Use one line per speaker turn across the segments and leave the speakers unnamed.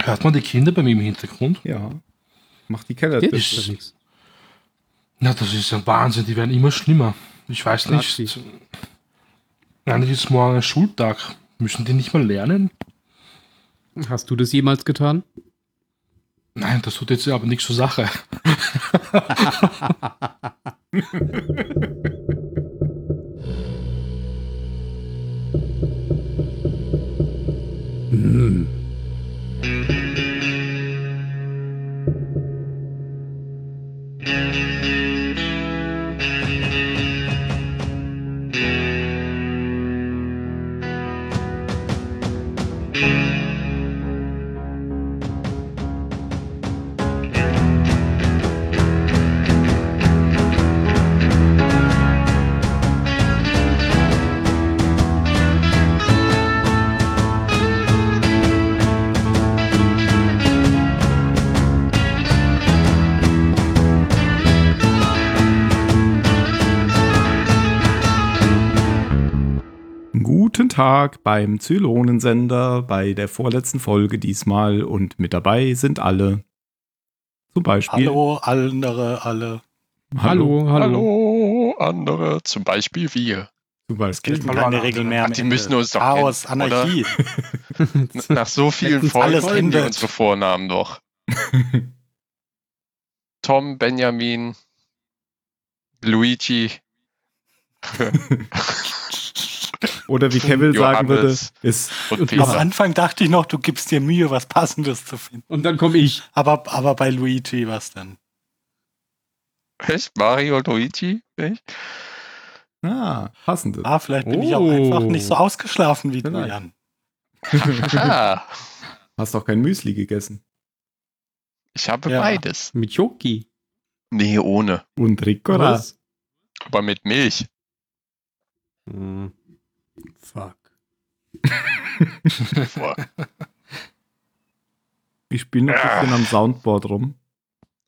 Hört man die Kinder bei mir im Hintergrund?
Ja. Macht die Keller.
Geht das nichts. Na, das ist ein Wahnsinn. Die werden immer schlimmer. Ich weiß
Frag
nicht. Nein, ist morgen ein Schultag. Müssen die nicht mal lernen?
Hast du das jemals getan?
Nein, das tut jetzt aber nichts zur Sache.
Guten Tag beim Zylonensender, bei der vorletzten Folge diesmal und mit dabei sind alle. Zum Beispiel.
Hallo, andere, alle.
Hallo, hallo.
Hallo, andere, zum Beispiel wir.
Zum Beispiel.
Gilt keine
Hallo,
Regel mehr.
Ach,
am
die
Ende.
müssen uns doch
Chaos,
kennen,
Anarchie.
N- Nach so vielen
Letztens
Folgen
alles
kennen wir
endet.
unsere Vornamen doch. Tom, Benjamin, Luigi.
Oder wie Kevin sagen würde,
Johannes.
ist
Und
Und
Am
Peter.
Anfang dachte ich noch, du gibst dir Mühe, was Passendes zu finden.
Und dann komme ich.
Aber, aber bei Luigi was dann?
Echt? Mario und Luigi? Echt?
ah, passend.
Ah, vielleicht bin ich auch
Oh.
einfach nicht so ausgeschlafen wie du,
Vielleicht.
Jan.
Ah,
Hast doch kein Müsli gegessen.
ich habe
Ja.
beides.
Mit Joki.
Nee, ohne.
Und Ricola.
Was?
Aber mit Milch.
Hm. Fuck.
Boah.
Ich spiele noch ein
Ah.
bisschen am Soundboard rum.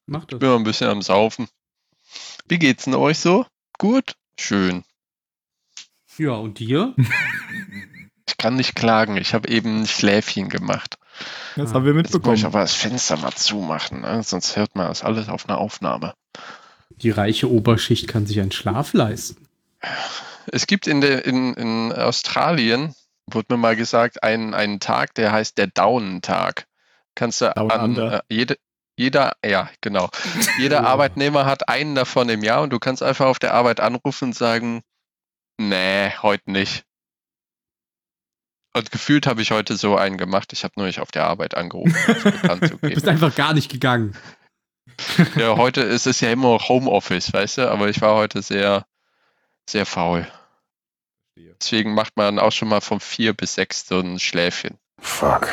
Mach das.
Bin mal ein bisschen am Saufen. Wie geht's denn euch so? Gut? Schön.
Ja, und dir?
Ich kann nicht klagen. Ich habe eben ein Schläfchen gemacht.
Das
Ah,
haben wir
Jetzt muss ich
mitbekommen.
aber das Fenster mal zumachen, ne? sonst hört man das alles auf einer Aufnahme.
Die reiche Oberschicht kann sich einen Schlaf leisten.
Es gibt in, der, in, in Australien, wurde mir mal gesagt, einen, einen Tag, der heißt der Daunentag. Kannst du
Down
an
Under.
äh, jede, jeder, ja, genau. Jeder
Ja.
Arbeitnehmer hat einen davon im Jahr und du kannst einfach auf der Arbeit anrufen und sagen, nee, heute nicht. Und gefühlt habe ich heute so einen gemacht. Ich habe nur nicht auf der Arbeit angerufen, um es bekannt zu
Du
geben.
bist einfach gar nicht gegangen.
Ja, heute ist es ja immer noch Homeoffice, weißt du, aber ich war heute sehr, sehr faul. Deswegen macht man auch schon mal von vier bis sechs Stunden Schläfchen.
Fuck.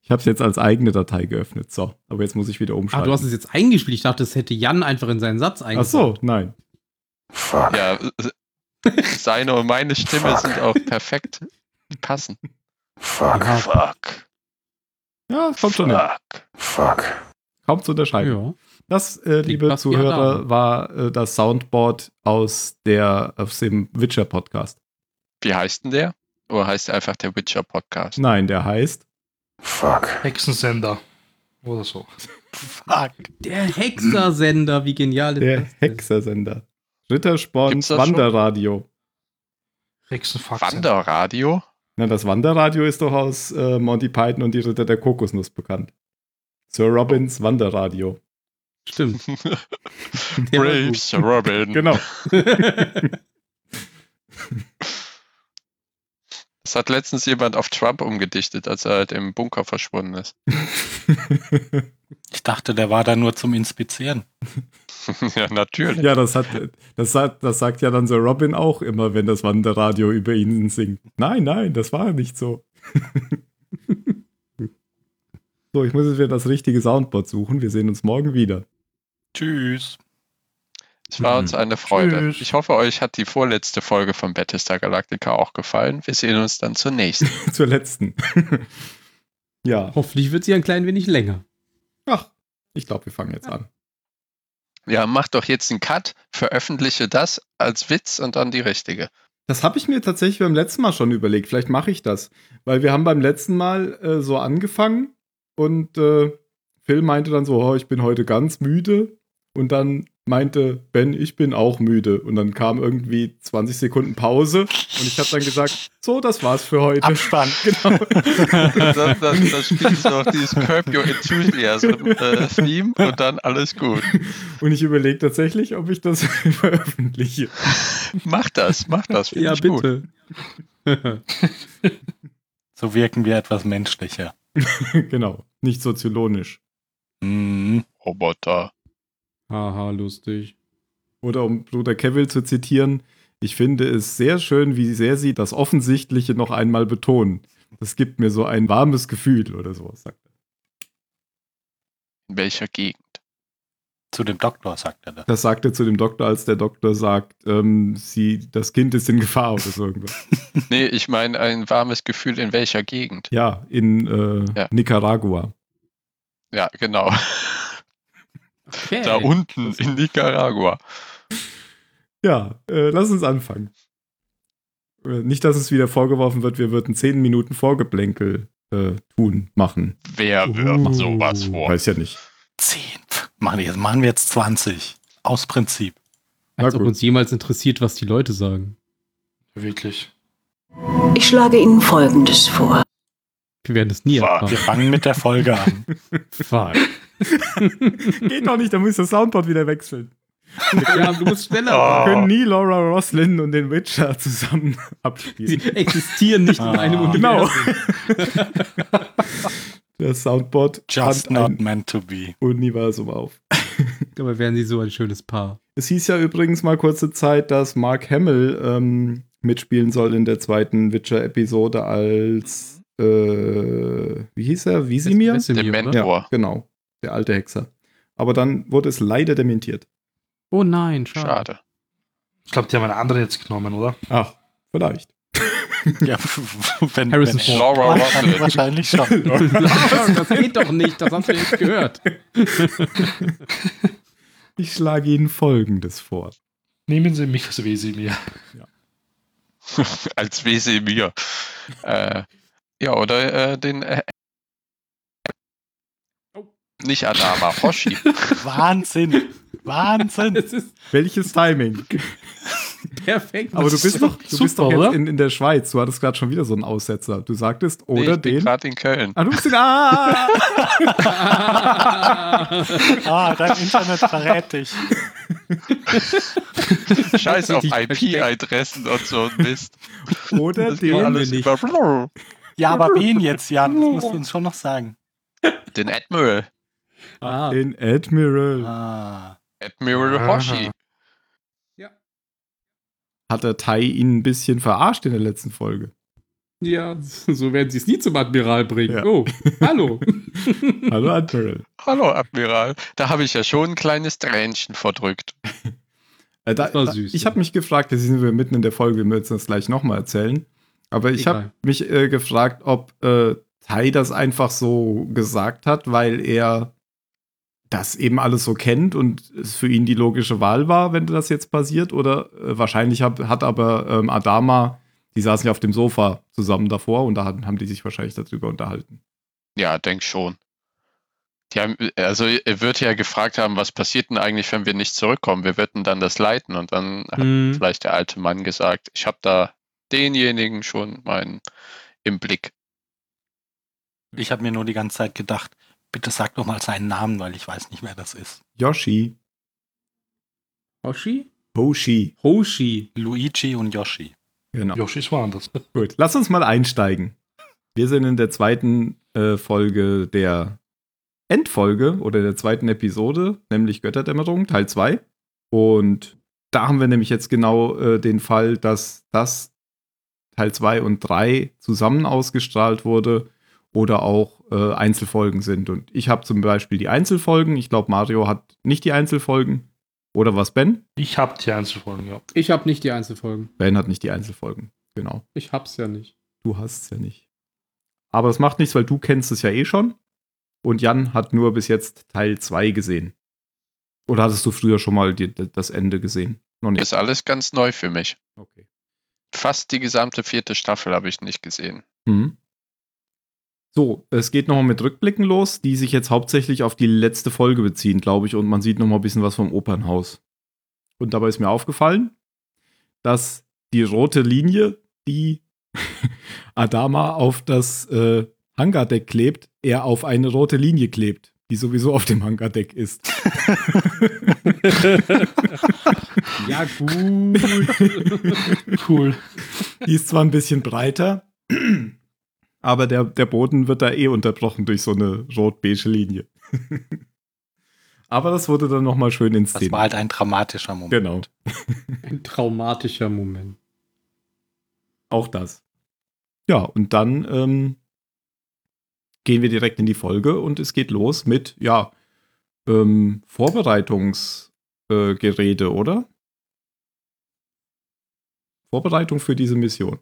Ich habe es jetzt als eigene Datei geöffnet. So, aber jetzt muss ich wieder
Ach,
umschalten.
Ah, du hast es jetzt eingespielt. Ich dachte, das hätte Jan einfach in seinen Satz
Ach
eingespielt.
so, nein.
Fuck.
Ja, seine und meine Stimme sind auch perfekt passen.
Fuck.
Fuck.
Ja, es kommt schon hin.
Fuck.
Fuck.
Kaum zu unterscheiden.
Ja.
Das, äh, liebe
fast wie ein
Zuhörer,
Alarm.
war äh, das Soundboard aus, der, aus dem Witcher-Podcast.
Wie heißt denn der? Oder heißt er einfach der Witcher Podcast?
Nein, der heißt.
Fuck.
Hexensender. Oder so.
Fuck.
Der Hexersender, wie genial ist
Der
das denn?
Hexersender. Rittersporn
Gibt's das schon?
Wanderradio.
Hexenfaxen.
Wanderradio?
Na, das Wanderradio ist doch aus äh, Monty Python und die Ritter der Kokosnuss bekannt. Sir Robins Wanderradio.
Stimmt. war
Braves Robin.
Genau.
Das hat letztens jemand auf Trump umgedichtet, als er halt im Bunker verschwunden ist.
Ich dachte, der war da nur zum Inspizieren.
ja, natürlich.
ja, das hat, das sagt, das sagt ja dann Sir Robin auch immer, wenn das Wanderradio über ihn singt. Nein, nein, das war nicht so. so, ich muss jetzt wieder das richtige Soundboard suchen. Wir sehen uns morgen wieder.
Tschüss.
Es war
Mhm.
uns eine Freude.
Tschüss.
Ich hoffe, euch hat die vorletzte Folge von Battlestar Galactica auch gefallen. Wir sehen uns dann zur nächsten.
Zur letzten. ja,
Hoffentlich wird sie ein klein wenig länger.
ach, ich glaube, wir fangen jetzt an.
Ja, mach doch jetzt einen Cut, veröffentliche das als Witz und dann die richtige.
Das habe ich mir tatsächlich beim letzten Mal schon überlegt. Vielleicht mache ich das. Weil wir haben beim letzten Mal äh, so angefangen und äh, Phil meinte dann so, oh, ich bin heute ganz müde. Und dann meinte Ben, ich bin auch müde. Und dann kam irgendwie 20 Sekunden Pause und ich habe dann gesagt, so, das war's für heute.
Abspann.
Genau.
Das, das, das spielst du doch dieses Curb Your Enthusiasm äh, Theme und dann alles gut.
Und ich überlege tatsächlich, ob ich das veröffentliche.
Mach das, mach das. find
Ja,
ich gut.
bitte.
So wirken wir etwas menschlicher.
genau. Nicht soziologisch.
Mhm.
Roboter.
Haha, lustig.
Oder um Bruder Cavill zu zitieren, ich finde es sehr schön, wie sehr sie das Offensichtliche noch einmal betonen. Das gibt mir so ein warmes Gefühl oder sowas. sagt er.
In welcher Gegend?
Zu dem Doktor sagt er das.
Das sagt er zu dem Doktor, als der Doktor sagt, ähm, sie, das Kind ist in Gefahr oder so irgendwas.
Nee, ich meine ein warmes Gefühl in welcher Gegend.
Ja, in äh,
Ja.
Nicaragua.
Ja, genau.
Okay.
Da unten in Nicaragua.
Ja, äh, lass uns anfangen. Äh, Nicht, dass es wieder vorgeworfen wird, wir würden zehn Minuten Vorgeblänkel äh, tun, machen.
Wer wirft
Uh.
sowas vor?
Weiß ja nicht.
Zehn. Pff, Machen wir, jetzt, machen wir jetzt 20. Aus Prinzip.
Als
Na
ob
gut.
uns jemals interessiert, was die Leute sagen.
Wirklich.
Ich schlage Ihnen Folgendes vor.
Wir werden es nie
Fuck.
Wir
erfahren.
fangen mit der Folge an.
Fuck.
Geht noch nicht, da muss ich das Soundboard wieder wechseln.
ja, du musst schneller.
Ah.
Wir können
Oh,
nie Laura Roslin und den Witcher zusammen abspielen.
Sie existieren nicht in
Ah.
einem
Genau.
Universum.
Das Soundboard
Just
fand
not
ein
meant to be.
Universum auf.
Dabei wären sie so ein schönes Paar.
Es hieß ja übrigens mal kurze Zeit, dass Mark Hamill ähm, mitspielen soll in der zweiten Witcher-Episode als äh, wie hieß er? Visimir?
der
Wesemir, oder?
Mentor.
Ja, genau. Der alte Hexer. Aber dann wurde es leider dementiert.
Oh nein, schade.
Schade.
Ich glaube, die haben einen anderen jetzt genommen, oder?
Ach, vielleicht.
Ja, wenn,
Harrison
wenn
Ford.
Laura
Dann
Russell.
wahrscheinlich schon.
das geht doch nicht, das hast du jetzt gehört.
Ich schlage Ihnen folgendes vor.
Nehmen Sie mich als Wesemir.
Als Wesemir. äh, ja, oder äh, den. Äh,
Oh.
nicht Adama, Hoshi.
Wahnsinn. Wahnsinn.
Das ist
Welches Timing?
perfekt.
Aber du
Das
bist
ist
doch, du bist
super,
doch jetzt
oder?
in, in der Schweiz. Du hattest gerade schon wieder so einen Aussetzer. Du sagtest, oder
ich bin
den.
gerade in Köln.
Ah, du bist in. Ah!
Ah, dein Internet verrät dich.
Scheiß auf
richtig
IP-Adressen und so ein Mist.
oder
Das geht
den.
alles
wir nicht.
über.
Ja, aber wen jetzt, Jan? Das musst du uns schon noch sagen.
Den Admiral.
ah,
Den Admiral.
Ah.
Admiral Hoshi.
Hat der Tai ihn ein bisschen verarscht in der letzten Folge?
ja, so werden sie es nie zum Admiral bringen.
Ja.
Oh, hallo.
Hallo Admiral.
Hallo, Admiral. Da habe ich ja schon ein kleines Tränchen verdrückt.
Äh, da,
Das war
da,
süß,
ich
ja.
habe mich gefragt, jetzt sind wir mitten in der Folge, wir müssen das gleich nochmal erzählen. Aber ich habe
Egal.
mich äh, gefragt, ob äh, Tai das einfach so gesagt hat, weil er das eben alles so kennt und es für ihn die logische Wahl war, wenn das jetzt passiert. Oder äh, wahrscheinlich hab, hat aber ähm, Adama, die saßen ja auf dem Sofa zusammen davor und da hatten- haben die sich wahrscheinlich darüber unterhalten.
Ja, denk schon. Die haben, also er wird ja gefragt haben, was passiert denn eigentlich, wenn wir nicht zurückkommen? Wir würden dann das leiten und dann hat
Mhm.
Hm.
vielleicht der alte Mann gesagt, ich habe da denjenigen schon meinen im Blick.
Ich habe mir nur die ganze Zeit gedacht, bitte sag doch mal seinen Namen, weil ich weiß nicht, wer das ist.
Yoshi.
Hoshi?
Hoshi.
Hoshi.
Luigi und Yoshi.
Genau.
Yoshi ist woanders.
Gut, lass uns mal einsteigen. Wir sind in der zweiten äh, Folge der Endfolge oder der zweiten Episode, nämlich Götterdämmerung, Teil 2. Und da haben wir nämlich jetzt genau äh, den Fall, dass das Teil 2 und 3 zusammen ausgestrahlt wurde oder auch äh, Einzelfolgen sind. Und ich habe zum Beispiel die Einzelfolgen. Ich glaube, Mario hat nicht die Einzelfolgen. Oder was, Ben?
Ich habe die Einzelfolgen, ja.
Ich habe nicht die Einzelfolgen.
Ben hat nicht die Einzelfolgen. Genau.
Ich hab's ja nicht.
Du hast es ja nicht. Aber das macht nichts, weil du kennst es ja eh schon. Und Jan hat nur bis jetzt Teil 2 gesehen. Oder hattest du früher schon mal die, das Ende gesehen? Noch nicht.
Ist alles ganz neu für mich.
Okay.
Fast die gesamte vierte Staffel habe ich nicht gesehen.
Mhm. So, es geht nochmal mit Rückblicken los, die sich jetzt hauptsächlich auf die letzte Folge beziehen, glaube ich, und man sieht nochmal ein bisschen was vom Opernhaus. Und dabei ist mir aufgefallen, dass die rote Linie, die Adama auf das äh, Hangardeck klebt, er auf eine rote Linie klebt, die sowieso auf dem Hangardeck ist.
Ja, gut.
Cool.
Die ist zwar ein bisschen breiter, aber der, der Boden wird da eh unterbrochen durch so eine rot-beige Linie. aber das wurde dann nochmal schön
Das
inszeniert.
war halt ein dramatischer Moment.
Genau,
Ein traumatischer Moment.
auch das. Ja, und dann ähm, gehen wir direkt in die Folge und es geht los mit, ja, ähm, Vorbereitungsgerede, äh, Gerede, oder? Vorbereitung für diese Mission.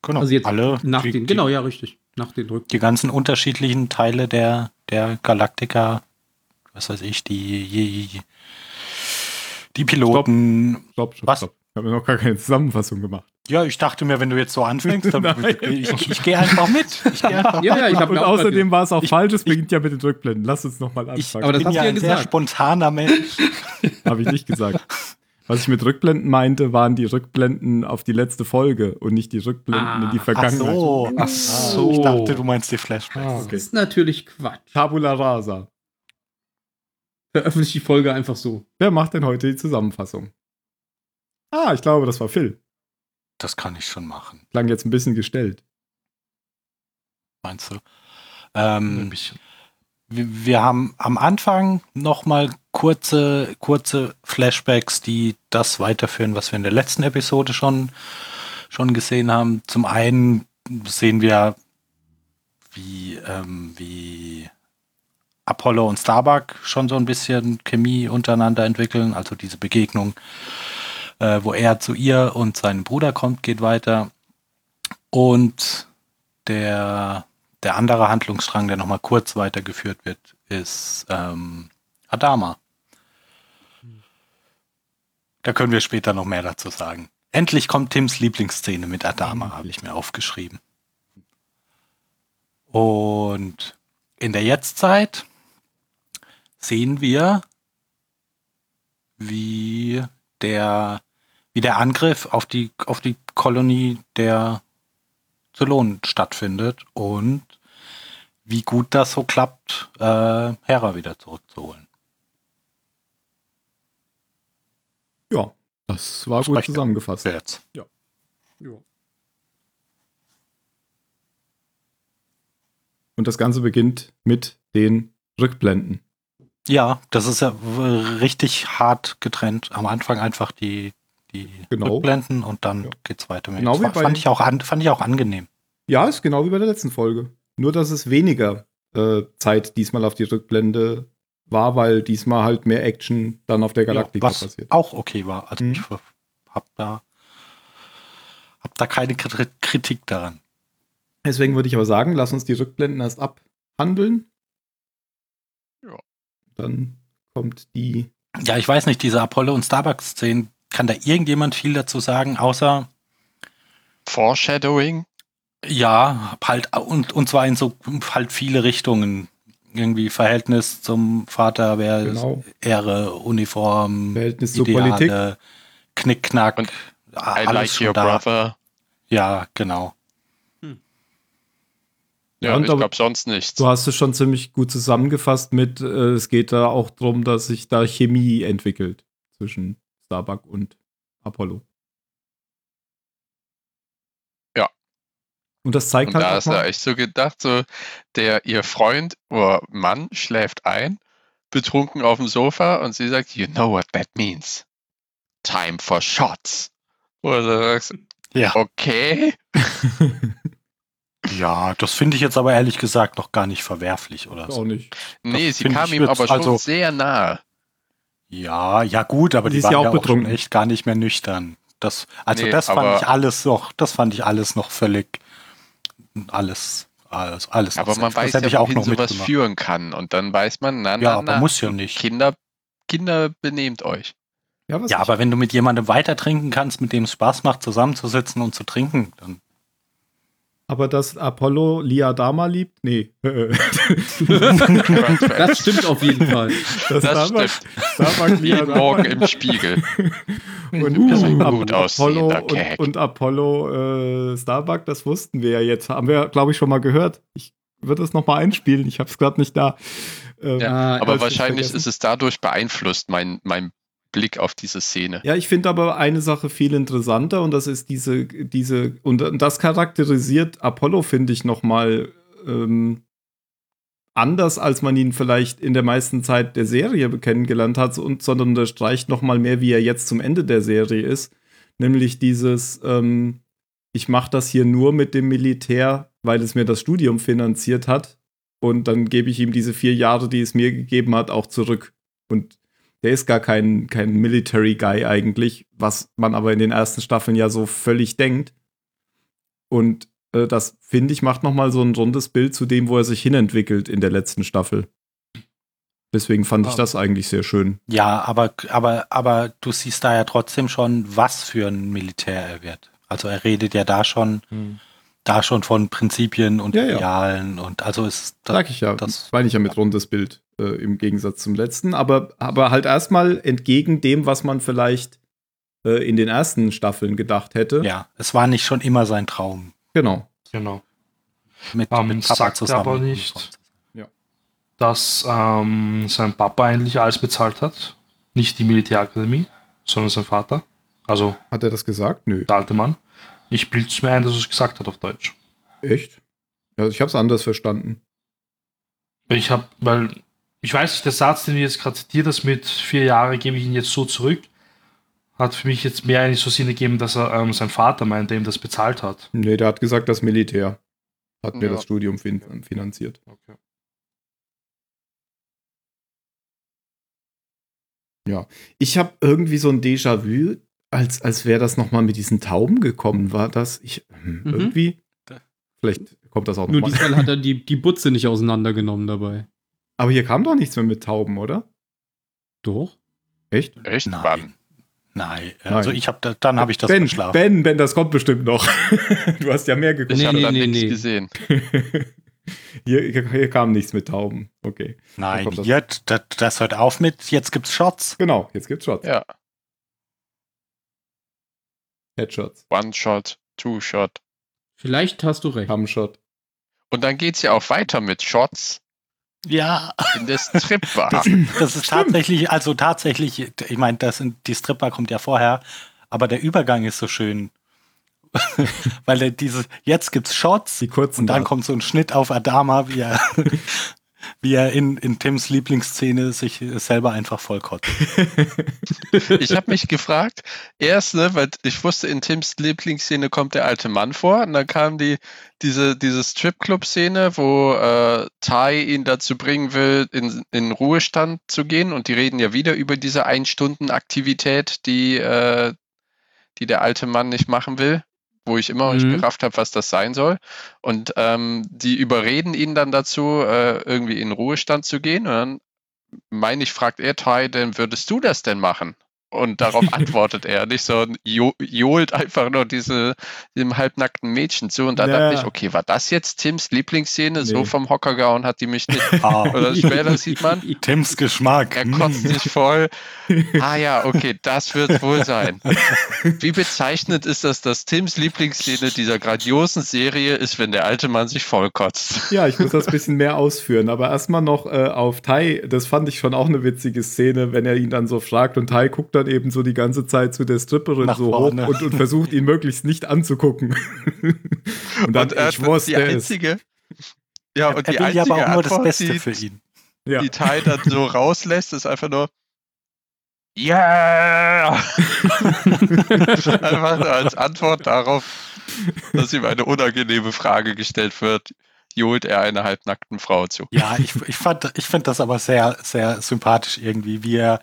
Genau.
Also jetzt
Alle
Nach
die,
den,
die,
genau, ja, richtig. Nach den Rück.
die ganzen unterschiedlichen Teile der, der Galaktika, was weiß ich, die, die, die Piloten.
Stopp, stopp,
Was?
stopp. Ich habe noch gar keine Zusammenfassung gemacht.
Ja, ich dachte mir, wenn du jetzt so anfängst, dann
Nein.
ich, ich, ich gehe einfach mit. Ich gehe einfach
Ja, ja, ich habe
und
mir auch
außerdem war es auch
Ich-
falsch, es beginnt ja mit den Rückblenden. Lass uns nochmal
Ich-
anfangen.
aber das
bin
hast
ja
du ja
ein sehr
gesagt.
spontaner Mensch.
Habe ich nicht gesagt. Was ich mit Rückblenden meinte, waren die Rückblenden auf die letzte Folge und nicht die Rückblenden
Ah,
in die
ach
Ach
Vergangenheit.
so, ach so. Ich dachte, du meinst die
Ah,
Flashbacks.
okay.
Das ist natürlich Quatsch.
Tabula rasa.
Veröffentliche die Folge einfach so.
Wer macht denn heute die Zusammenfassung? Ah, ich glaube, das war Phil.
Das kann ich schon machen,
Klang jetzt ein bisschen gestellt.
meinst du?
Ein
Ähm,
bisschen.
wir, wir haben am Anfang nochmal kurze, kurze Flashbacks, die das weiterführen, was wir in der letzten Episode schon, schon gesehen haben. Zum einen sehen wir, wie, ähm, wie Apollo und Starbuck schon so ein bisschen Chemie untereinander entwickeln, also diese Begegnung, äh, wo er zu ihr und seinem Bruder kommt, geht weiter. Und der der andere Handlungsstrang, der nochmal kurz weitergeführt wird, ist ähm, Adama. Da können wir später noch mehr dazu sagen. Endlich kommt Tims Lieblingsszene mit Adama, habe ich mir aufgeschrieben. Und in der Jetztzeit sehen wir, wie der, wie der Angriff auf die, auf die Kolonie der Zylonen stattfindet und wie gut das so klappt, äh, Hera wieder zurückzuholen.
Ja, das war
Das
gut
reicht ja.
zusammengefasst.
Jetzt.
Und das Ganze beginnt mit den Rückblenden.
Ja, das ist ja w- richtig hart getrennt. Am Anfang einfach die, die
Genau.
Rückblenden und dann
Ja.
geht's weiter mit.
Genau wie
Genau
bei-
fand, ich auch an, fand ich auch angenehm.
Ja, ist genau wie bei der letzten Folge. Nur, dass es weniger äh, Zeit diesmal auf die Rückblende war, weil diesmal halt mehr Action dann auf der Galaktik
was
passiert.
auch okay war. Also
Mhm.
ich ver- hab da, hab da keine Kri- Kritik daran.
Deswegen würde ich aber sagen, lass uns die Rückblenden erst abhandeln.
Ja.
Dann kommt die.
Ja, ich weiß nicht, diese Apollo- und Starbucks-Szenen, kann da irgendjemand viel dazu sagen, außer
Foreshadowing?
Ja, halt, und, und zwar in so halt viele Richtungen. Irgendwie Verhältnis zum Vater, wer
Genau.
Ehre, Uniform,
Verhältnis zur Politik.
Ideale, Knickknack,
Und
Ah,
a-
I like your brother.
Ja, genau.
Ja,
Ja, und
ich
aber-
glaube sonst nichts.
Du hast es schon ziemlich gut zusammengefasst mit, äh, es geht da auch darum, dass sich da Chemie entwickelt zwischen Starbuck und Apollo.
Ja.
Und das zeigt
Und
halt
da
auch
hast du
mal,
echt so gedacht, so der ihr Freund oder Mann schläft ein, betrunken auf dem Sofa und sie sagt, you know what that means. Time for shots. Oder du sagst,
Ja.
okay,
Ja, das finde ich jetzt aber ehrlich gesagt noch gar nicht verwerflich, oder?
auch
So.
nicht.
nee,
Das
sie
find
kam
ich
ihm
jetzt-
aber schon
also-
sehr nahe.
Ja, ja, gut, aber
Sie
die
ist ja
waren ja
auch
auch, schon
betrunken.
echt gar nicht mehr nüchtern. Das, also
Nee,
das
aber-
fand ich alles noch, das fand ich alles noch völlig alles, alles, alles.
Aber
noch
man
selbst.
weiß
das hätte
ja,
ich auch
wohin
noch
sowas
mitgemacht.
führen kann. Und dann weiß man, na, na,
Ja, aber
na,
muss ja nicht.
Kinder Kinder, benehmt euch.
Ja, was
Ja, aber wenn du mit jemandem weiter trinken kannst, mit dem es Spaß macht, zusammenzusitzen und zu trinken, dann.
aber dass Apollo Liadama liebt? Nee.
Das stimmt auf jeden Fall.
Das,
Das
Starbuck-
stimmt.
Starbuck
Jeden
Liadama.
Morgen im Spiegel.
Und,
Du bist ein
Ap-
gut aussehender
Apollo und,
Keg.
und Apollo äh, Starbuck, das wussten wir ja jetzt. Haben wir, glaube ich, schon mal gehört. Ich würde es nochmal einspielen. Ich habe es gerade nicht da. Ähm,
Ja,
Ah,
Aber
hab's
wahrscheinlich
vergessen.
ist es dadurch beeinflusst, mein, mein Blick auf diese Szene.
Ja, ich finde aber eine Sache viel interessanter und das ist diese, diese, und das charakterisiert Apollo, finde ich, nochmal ähm, anders, als man ihn vielleicht in der meisten Zeit der Serie kennengelernt hat, und, sondern unterstreicht nochmal mehr, wie er jetzt zum Ende der Serie ist. Nämlich dieses, ähm, ich mache das hier nur mit dem Militär, weil es mir das Studium finanziert hat. Und dann gebe ich ihm diese vier Jahre, die es mir gegeben hat, auch zurück. Und der ist gar kein, kein Military Guy eigentlich, was man aber in den ersten Staffeln ja so völlig denkt. Und äh, das, finde ich, macht nochmal so ein rundes Bild zu dem, wo er sich hinentwickelt in der letzten Staffel. Deswegen fand ich
Ah.
das eigentlich sehr schön.
Ja, aber, aber, aber du siehst da ja trotzdem schon, was für ein Militär er wird. Also er redet ja da schon, da schon von Prinzipien und
Hm. Ja, ja.
Idealen und also ist
Sag ich ja.
das-
Das meine ich ja mit rundes Bild äh, im Gegensatz zum letzten. Aber, aber halt erstmal entgegen dem, was man vielleicht äh, in den ersten Staffeln gedacht hätte.
ja, es war nicht schon immer sein Traum.
Genau.
Genau.
Mit,
Ähm,
mit Papa
sagt er
zusammen.
aber nicht. Dass ähm, sein Papa eigentlich alles bezahlt hat. Nicht die Militärakademie, sondern sein Vater. Also
Hat er das gesagt? Nö.
der alte Mann. Ich bilde es mir ein, dass er es gesagt hat auf Deutsch.
Echt? Ja, ich habe es anders verstanden.
Ich habe, weil ich weiß nicht, der Satz, den du jetzt gerade zitiert hast, mit vier Jahren gebe ich ihn jetzt so zurück, hat für mich jetzt mehr eigentlich so Sinn gegeben, dass er ähm, sein Vater meint, der ihm das bezahlt hat.
Nee, der hat gesagt, das Militär hat mir
Ja.
das Studium fin finanziert. Ich habe irgendwie so ein Déjà-vu, als, als wäre das nochmal mit diesen Tauben gekommen. War das? Ich, hm,
Mhm.
Irgendwie. Vielleicht kommt das auch
Nur
nochmal.
diesmal hat er die, die Butze nicht auseinandergenommen dabei.
Aber hier kam doch nichts mehr mit Tauben, oder?
Doch.
Echt?
Echt? Wann?
Nein. Nein. Also
Nein.
ich habe da, dann habe ich das
ben,
verschlafen.
Ben, Ben, das kommt bestimmt noch. du hast ja mehr
Ich
geguckt.
Nee,
habe
nee,
da
nee,
nichts
nee.
gesehen.
hier, hier, hier kam nichts mit Tauben. Okay.
Nein,
Dann kommt das-
hier, das, das hört auf mit, jetzt gibt's Shots.
Genau, jetzt gibt's Shots.
Ja.
Headshots,
One-Shot, Two-Shot.
Vielleicht hast du recht.
Hamshot.
Und dann geht es ja auch weiter mit Shots
Ja,
in der Stripbar.
das, das ist tatsächlich, also tatsächlich, ich meine, das sind, die Stripper kommt ja vorher, aber der Übergang ist so schön. Weil der dieses, jetzt gibt's Shots
Die kurzen
und
Genau.
dann
Daten.
kommt so ein Schnitt auf Adama, wie er, wie er in, in Tims Lieblingsszene sich selber einfach vollkotzt.
ich habe mich gefragt, erst, ne, weil ich wusste, in Tims Lieblingsszene kommt der alte Mann vor und dann kam die, diese, diese Stripclub-Szene, wo äh, Tai ihn dazu bringen will, in, in Ruhestand zu gehen und die reden ja wieder über diese Ein-Stunden-Aktivität, die, äh, die der alte Mann nicht machen will, wo ich immer noch
Mhm.
nicht gerafft habe, was das sein soll. Und ähm, die überreden ihn dann dazu, äh, irgendwie in Ruhestand zu gehen und dann meine ich, fragt er Tai, denn würdest du das denn machen? Und darauf antwortet er nicht, sondern jo johlt einfach nur diese, dem halbnackten Mädchen zu. Und dann
Ja.
dachte ich, okay, war das jetzt Tims Lieblingsszene? So
Nee.
vom Hocker gehauen hat die mich nicht.
Ah,
Oder später sieht man,
Tims Geschmack.
er kotzt
Mm.
sich voll. Ah ja, okay, das wird wohl sein. Wie bezeichnet ist das, dass Tims Lieblingsszene dieser grandiosen Serie ist, wenn der alte Mann sich vollkotzt?
Ja, ich muss das ein bisschen mehr ausführen, aber erstmal noch äh, auf Tai, das fand ich schon auch eine witzige Szene, wenn er ihn dann so fragt und Tai guckt dann eben so die ganze Zeit zu der Stripperin
Nach
so
vorne.
hoch und, und versucht ihn möglichst nicht anzugucken. und dann,
er-
ich wusste
die
es.
einzige, ja, und
er
die
will ja
einzige
aber auch nur das
Antwort,
Beste
die-
für ihn.
Ja.
die Tai dann so rauslässt, ist einfach nur Yeah! einfach nur als Antwort darauf, dass ihm eine unangenehme Frage gestellt wird, johlt er einer halbnackten Frau zu.
Ja, ich, ich fand ich find das aber sehr, sehr sympathisch irgendwie, wie er,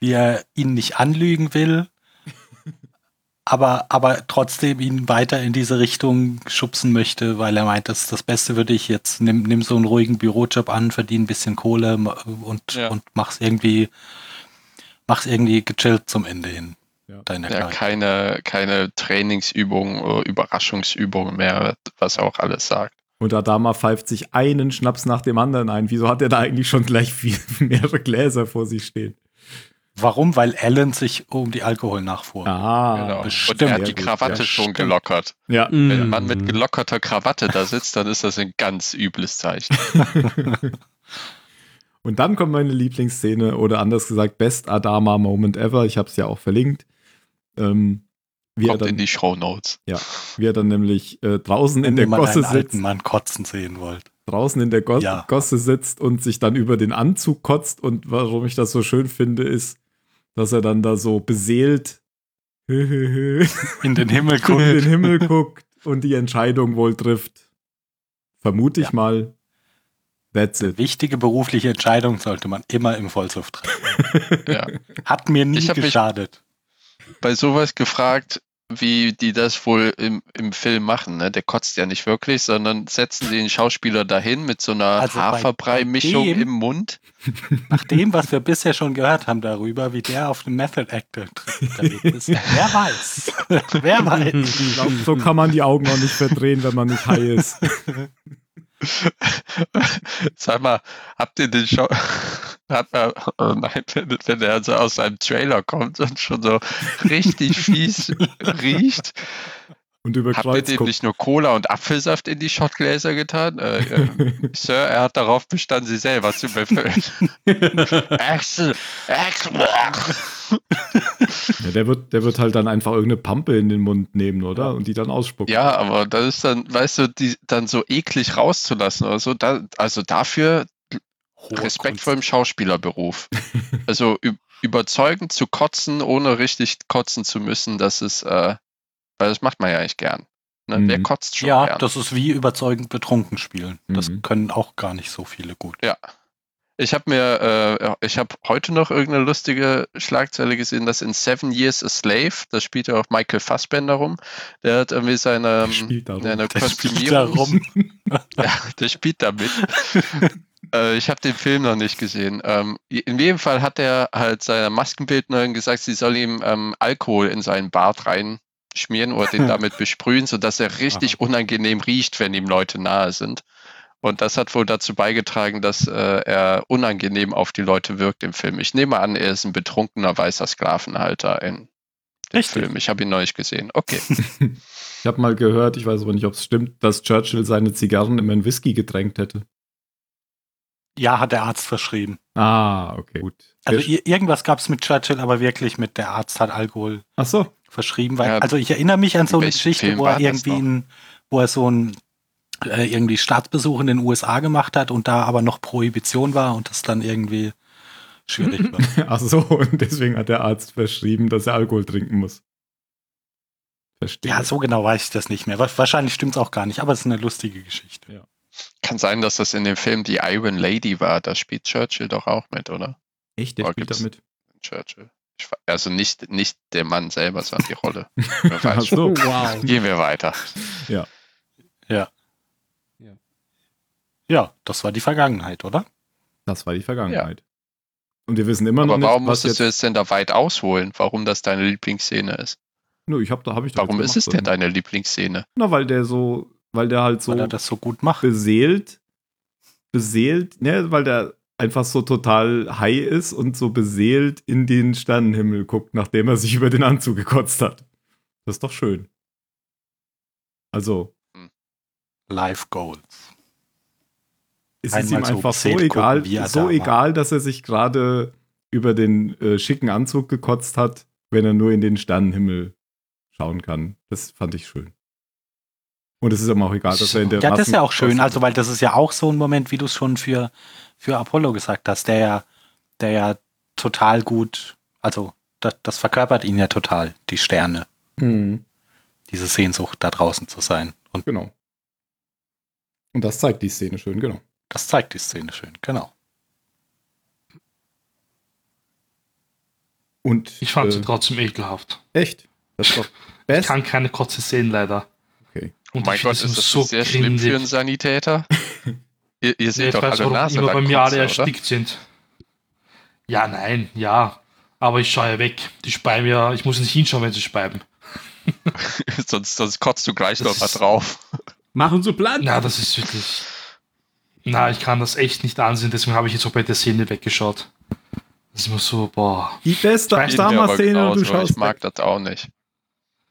wie er ihn nicht anlügen will, aber, aber trotzdem ihn weiter in diese Richtung schubsen möchte, weil er meint, das ist das Beste würde ich jetzt, nimm, nimm so einen ruhigen Bürojob an, verdiene ein bisschen Kohle ma- und,
Ja.
und mach's irgendwie mach's irgendwie gechillt zum Ende hin.
Ja.
Deine
Ja,
Charakter-
keine, keine Trainingsübung oder Überraschungsübung mehr, was auch alles sagt.
Und Adama pfeift sich einen Schnaps nach dem anderen ein. Wieso hat er da eigentlich schon gleich viel, mehrere Gläser vor sich stehen?
Warum? Weil Alan sich um die Alkoholnachfuhr.
Ah,
genau. Und
bestimmt.
er hat
Ja,
die
gut,
Krawatte
ja,
schon
stimmt. Mhm.
gelockert.
ja.
Wenn ein Mann mit gelockerter Krawatte da sitzt, dann ist das ein ganz übles Zeichen.
Und dann kommt meine Lieblingsszene oder anders gesagt, Best Adama Moment ever. Ich habe es ja auch verlinkt. Ähm, wie, er
Kommt in
dann,
die Shownotes.
wie er dann nämlich äh, draußen in
Wenn
der
ihr mal
Gosse
einen
sitzt.
alten Mann kotzen sehen wollt.
draußen in der Go
Ja.
Gosse sitzt und sich dann über den Anzug kotzt. Und warum ich das so schön finde, ist, dass er dann da so beseelt in
In den Himmel
den
guckt.
Himmel guckt und die Entscheidung wohl trifft. Vermute ich
Ja.
mal. That's it.
Wichtige berufliche Entscheidung sollte man immer im Vollsuff treffen.
Ja.
Hat mir nie
Ich hab mich-
geschadet.
bei sowas gefragt, wie die das wohl im, im Film machen. Ne? Der kotzt ja nicht wirklich, sondern setzen den Schauspieler dahin mit so einer
Also bei-
Haferbrei-Mischung
bei dem-
im Mund.
Nach dem, was wir bisher schon gehört haben darüber, wie der auf dem Method Act unterwegs ist, wer weiß. wer weiß.
Hm.
Ich glaub, so kann man die Augen auch nicht verdrehen, wenn man nicht high ist.
Sag mal, habt ihr den Schau... Hat er, oh nein, wenn, wenn er also aus seinem Trailer kommt und schon so richtig fies riecht,
Und über
habt ihr
Kreuz
dem
guckt.
nicht nur Cola und Apfelsaft in die Shotgläser getan? Äh, äh, Sir, er hat darauf bestanden, sie selber zu befüllen. Axel, Axel,
Ja, der, wird, der wird halt dann einfach irgendeine Pampe in den Mund nehmen, oder? Und die dann ausspucken.
Ja, aber das ist dann, weißt du, die dann so eklig rauszulassen oder so. Da, also dafür Respekt vor dem Schauspielerberuf. also ü- überzeugend zu kotzen, ohne richtig kotzen zu müssen, das ist, äh, weil das macht man ja eigentlich gern. Ne?
Mhm.
Wer kotzt schon
Ja,
gern?
das ist wie überzeugend betrunken spielen. Das
Mhm.
können auch gar nicht so viele gut.
Ja. Ich habe mir, äh, ich habe heute noch irgendeine lustige Schlagzeile gesehen, dass in Seven Years a Slave, da spielt ja auch Michael Fassbender rum, der hat irgendwie seine,
Spielt darum.
seine
Der spielt da
Kostümierung,
rum.
Ja, der spielt damit. äh, ich habe den Film noch nicht gesehen. Ähm, in jedem Fall hat er halt seiner Maskenbildnerin gesagt, sie soll ihm ähm, Alkohol in seinen Bart reinschmieren oder den damit besprühen, sodass er richtig unangenehm riecht, wenn ihm Leute nahe sind. Und das hat wohl dazu beigetragen, dass äh, er unangenehm auf die Leute wirkt im Film. Ich nehme an, er ist ein betrunkener weißer Sklavenhalter in dem
Richtig.
Film. Ich habe ihn noch nicht gesehen. Okay.
Ich habe mal gehört, ich weiß aber nicht, ob es stimmt, dass Churchill seine Zigarren immer in Whisky getränkt hätte.
Ja, hat der Arzt verschrieben.
Ah, okay. Gut.
Also
Der-
i- irgendwas gab es mit Churchill, aber wirklich mit der Arzt hat Alkohol
Ach so.
verschrieben. Weil,
Ja,
also ich erinnere mich an so eine
welchen
Geschichte,
Film
wo er
war das
irgendwie
noch?
ein, wo er so ein äh, irgendwie Staatsbesuch in den USA gemacht hat und da aber noch Prohibition war und das dann irgendwie schwierig war.
Ach so, und deswegen hat der Arzt verschrieben, dass er Alkohol trinken muss. Verstehe.
Ja, so genau weiß ich das nicht mehr. Wa- Wahrscheinlich stimmt's auch gar nicht, aber es ist eine lustige Geschichte.
Kann sein, dass das in dem Film die Iron Lady war. Da spielt Churchill doch auch mit, oder?
Echt,
Oh, gibt's- Churchill. Ich, wa- also nicht, nicht der Mann selber, sondern die Rolle. Wer
Ach
weiß.
so.
Wow.
Gehen wir weiter.
Ja, das war die Vergangenheit, oder?
Das war die Vergangenheit. Und wir wissen immer noch
Aber
nicht,
warum
was jetzt...
musstest du es denn da weit ausholen? Warum das deine Lieblingsszene ist?
Nö, ich hab, da habe ich doch
Warum
jetzt
ist es
gemacht,
denn deine Lieblingsszene?
Na, weil der so, weil der halt so
Weil er das so gut macht.
beseelt, beseelt, ne, weil der einfach so total high ist und so beseelt in den Sternenhimmel guckt, nachdem er sich über den Anzug gekotzt hat. Das ist doch schön. Also,
Life Goals.
es ist
Einmal
ihm
so
einfach so
beseelt gucken,
egal,
wie er da
so
war.
egal, dass er sich gerade über den äh, schicken Anzug gekotzt hat, wenn er nur in den Sternenhimmel schauen kann. Das fand ich schön. Und es ist ihm auch egal, dass er in der
Ja, das ist ja auch
Masken-
schön. Also, weil das ist ja auch so ein Moment, wie du es schon für, für Apollo gesagt hast, der ja, der ja total gut, also das, das verkörpert ihn ja total, die Sterne,
Mhm.
diese Sehnsucht, da draußen zu sein. Und
Genau. Und das zeigt die Szene schön, genau.
das zeigt die Szene schön, genau.
Und
Ich fand sie
äh,
trotzdem ekelhaft.
echt. Das ist doch
Ich
best.
kann keine Kotze sehen, leider.
Okay.
Oh
Und
mein
ich
Gott,
finde
ist
es
das
so
nicht sehr schlimm für einen
grindig.
Sanitäter? ihr, ihr
Ja,
seht
ich
doch
weiß,
alle
warum
Nase
immer bei mir alle
oder?
erstickt sind. Ja, nein, ja. Aber ich schaue ja weg. Die speiben ja, ich muss nicht hinschauen, wenn sie speiben.
sonst, sonst kotzt du gleich
Das
noch mal
ist-
drauf.
Machen so Plan.
Na, das ist wirklich. Na, ich kann das echt nicht ansehen, deswegen habe ich jetzt auch bei der Szene weggeschaut. Das ist immer so, boah.
Die beste
Weiß
Sieht mir aber
Astama-Szene,
genauso,
du
aber
schaust
genau Ich mag das auch nicht.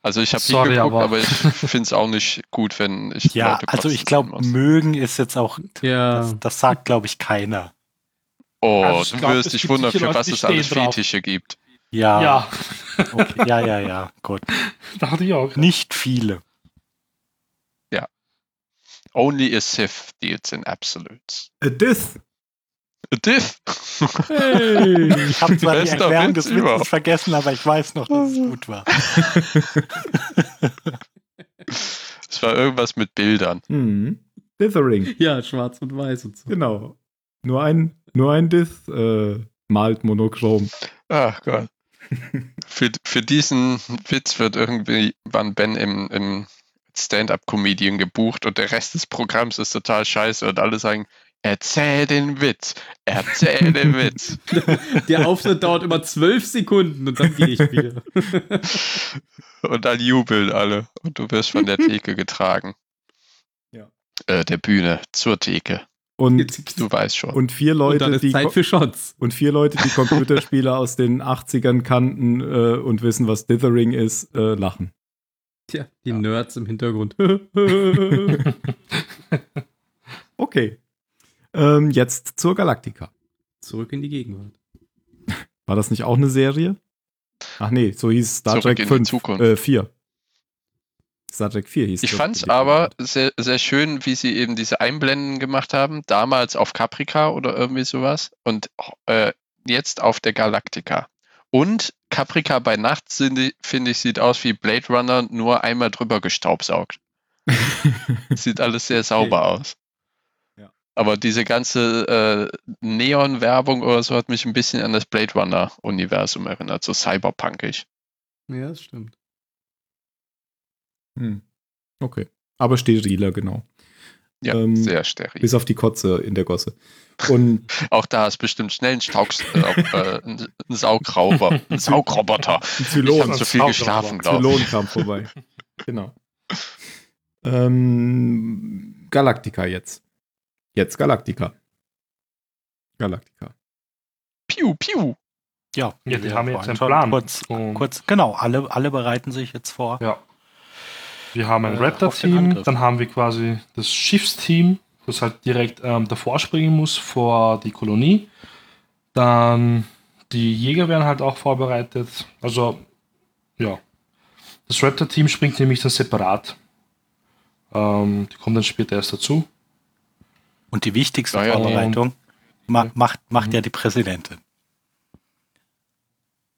Also ich habe
Sorry,
hingeguckt, aber,
aber-
ich finde es auch nicht gut, wenn ich
Ja,
Leute
also
kotzen
ich
sehen
glaube,
muss.
mögen ist jetzt auch,
Ja.
das, das sagt, glaube ich, keiner.
Oh,
Also ich
du
glaub, es
wirst dich
gibt
wundern,
sicher
für
Leute,
was
die
es alles
stehen drauf.
Fetische gibt.
Ja, ja,
Ja,
okay. ja, ja, ja, gut.
dachte ich auch.
Nicht viele.
Only a Sith deals in absolutes.
A Diss.
A Diff!
Hey.
Ich habe zwar die
Bester
Erklärung
Witz
des Witzes
überhaupt.
vergessen, aber ich weiß noch, dass es gut war.
es war irgendwas mit Bildern.
Mhm. Dithering,
Ja, schwarz und weiß und so.
genau. Nur ein, nur ein Diss äh, malt monochrom.
Ach Gott. für, für diesen Witz wird irgendwann Ben im, im Stand-up-Comedian gebucht und der Rest des Programms ist total scheiße und alle sagen, erzähl den Witz, erzähl den Witz.
Der Auftritt dauert immer zwölf Sekunden und dann gehe ich wieder.
Und dann jubeln alle und du wirst von der Theke getragen.
Ja.
Äh, der Bühne, zur Theke,
Und,
Jetzt-
du weißt schon.
und vier
und
Leute,
dann ist
die
Zeit für Shots.
und vier Leute, die Computerspiele aus den 80ern kannten äh, und wissen, was Dithering ist, äh, lachen.
Tja, die Nerds im Hintergrund.
Okay. Ähm, jetzt zur Galactica.
Zurück in die Gegenwart.
War das nicht auch eine Serie? Ach nee, so hieß Star
Zurück
Trek
in die
5,
Zukunft.
äh, 4. Star Trek 4 hieß
Ich
Zurück
fand es
in die
aber
Gegenwart.
sehr, sehr schön, wie sie eben diese Einblenden gemacht haben, damals auf Caprica oder irgendwie sowas und äh, jetzt auf der Galactica. Und Caprica bei Nacht, sind die- finde ich, sieht aus wie Blade Runner, nur einmal drüber gestaubsaugt. sieht alles sehr sauber aus.
Ja.
Aber diese ganze äh, Neon-Werbung oder so hat mich ein bisschen an das Blade Runner-Universum erinnert, so cyberpunkig.
Ja, das stimmt.
Hm. Okay. Aber steriler, genau.
Ja,
Ähm,
sehr steril.
Bis auf die Kotze in der Gosse. Und
Auch da ist bestimmt schnell ein, Staug, äh, ein ein Saugrauber, ein Saugroboter.
ein
Ich
Zylon.
habe zu viel geschlafen, glaube ich.
Zylon kam vorbei. genau. Ähm, Galactica jetzt. Jetzt Galactica. Galactica.
Piu, piu.
Ja,
Ja, die
wir
haben jetzt
waren
einen
schon
Plan.
Kurz,
Und-
kurz, genau, alle, alle bereiten sich jetzt vor.
Ja. Wir haben ein
Äh, auf den
Raptor-Team,
Angriff.
dann haben wir quasi das Schiffsteam, das halt direkt ähm, davor springen muss vor die Kolonie. Dann die Jäger werden halt auch vorbereitet. Also, ja. Das Raptor-Team springt nämlich dann separat. Ähm, die kommen dann später erst dazu.
Und die wichtigste
Ja, Mhm. ja, nee.
Vorbereitung ma macht, macht ja die Präsidentin.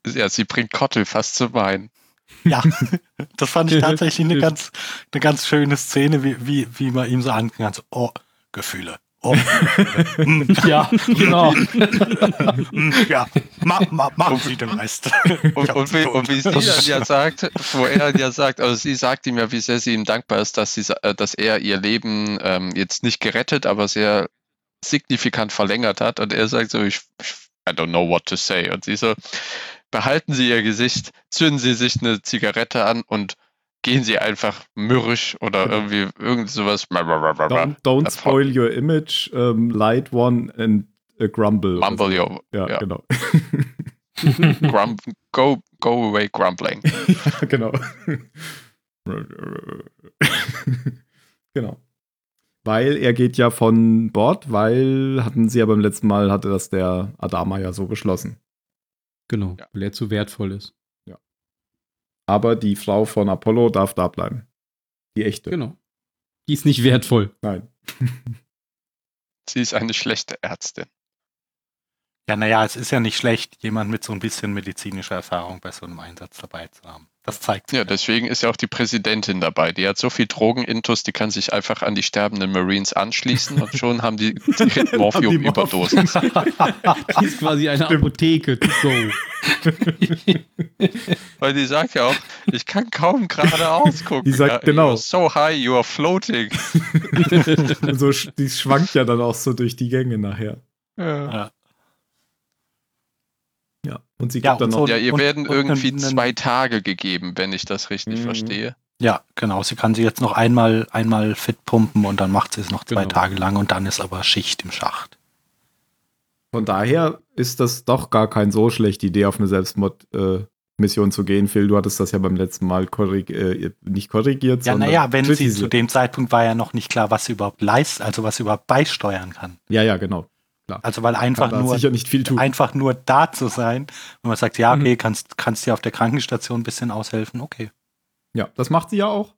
Ja, sie bringt Kottel fast zum Weinen.
Ja, das fand ich tatsächlich eine ganz, eine ganz schöne Szene, wie, wie, wie man ihm so anklang. So, oh, Gefühle. Oh, Gefühle.
Ja, genau.
Hm, hm, ja, ma, ma, machen Sie den Rest.
Und,
Ja,
und, wie, und wie sie
Das
dann
ist-
ja sagt, wo er dann ja sagt, also sie sagt ihm ja, wie sehr sie ihm dankbar ist, dass, sie, sa- äh, dass er ihr Leben ähm, jetzt nicht gerettet, aber sehr signifikant verlängert hat. Und er sagt so, ich, ich- I don't know what to say. Und sie so, behalten Sie Ihr Gesicht, zünden Sie sich eine Zigarette an und gehen Sie einfach mürrisch oder irgendwie irgend sowas.
Don't, don't
das-
spoil your image. Ähm, light one and a grumble.
Mumble your,
Ja,
ja.
genau.
grum, go, go away grumbling.
ja, genau. genau. Weil er geht ja von Bord, weil hatten sie ja beim letzten Mal, hatte das der Adama ja so beschlossen.
Genau,
Ja.
weil er zu wertvoll ist.
Aber die Frau von Apollo darf da bleiben. Die echte.
Genau. Die ist nicht wertvoll.
Nein.
Sie ist eine schlechte Ärztin.
Ja, naja, es ist ja nicht schlecht, jemand mit so ein bisschen medizinischer Erfahrung bei so einem Einsatz dabei zu haben. Das zeigt sich.
Ja, deswegen ist ja auch die Präsidentin dabei. Die hat so viel Drogenintus, die kann sich einfach an die sterbenden Marines anschließen und schon haben die, die Morphium-Überdosis.
Die ist quasi eine Apotheke. to Go.
Weil die sagt ja auch, ich kann kaum geradeaus gucken.
Die sagt
Ja,
genau.
You're so high, you are floating.
Und so, sch- die schwankt ja dann auch so durch die Gänge nachher.
Ja.
Ja. Und sie
Ja,
gibt dann
und
noch.
so-
Ja, ihr
und-
werden
und
irgendwie
einen-
zwei Tage gegeben, wenn ich das richtig
Mhm.
verstehe.
Ja, genau. Sie kann sie jetzt noch einmal, einmal fit pumpen und dann macht sie es noch zwei
Genau.
Tage lang und dann ist aber Schicht im Schacht.
Von daher ist das doch gar keine so schlechte Idee, auf eine Selbstmord-Mission zu gehen. Phil, du hattest das ja beim letzten Mal korrig äh, nicht korrigiert,
Ja,
sondern
naja, wenn sie
kritisiert.
zu dem Zeitpunkt war ja noch nicht klar, was sie überhaupt leistet, also was sie überhaupt beisteuern kann.
Ja, ja, genau.
Also weil einfach
Kann da
nur
sicher nicht viel tun.
einfach nur da zu sein, wenn man sagt, ja, okay, kannst, kannst dir auf der Krankenstation ein bisschen aushelfen, okay.
Ja, das macht sie ja auch,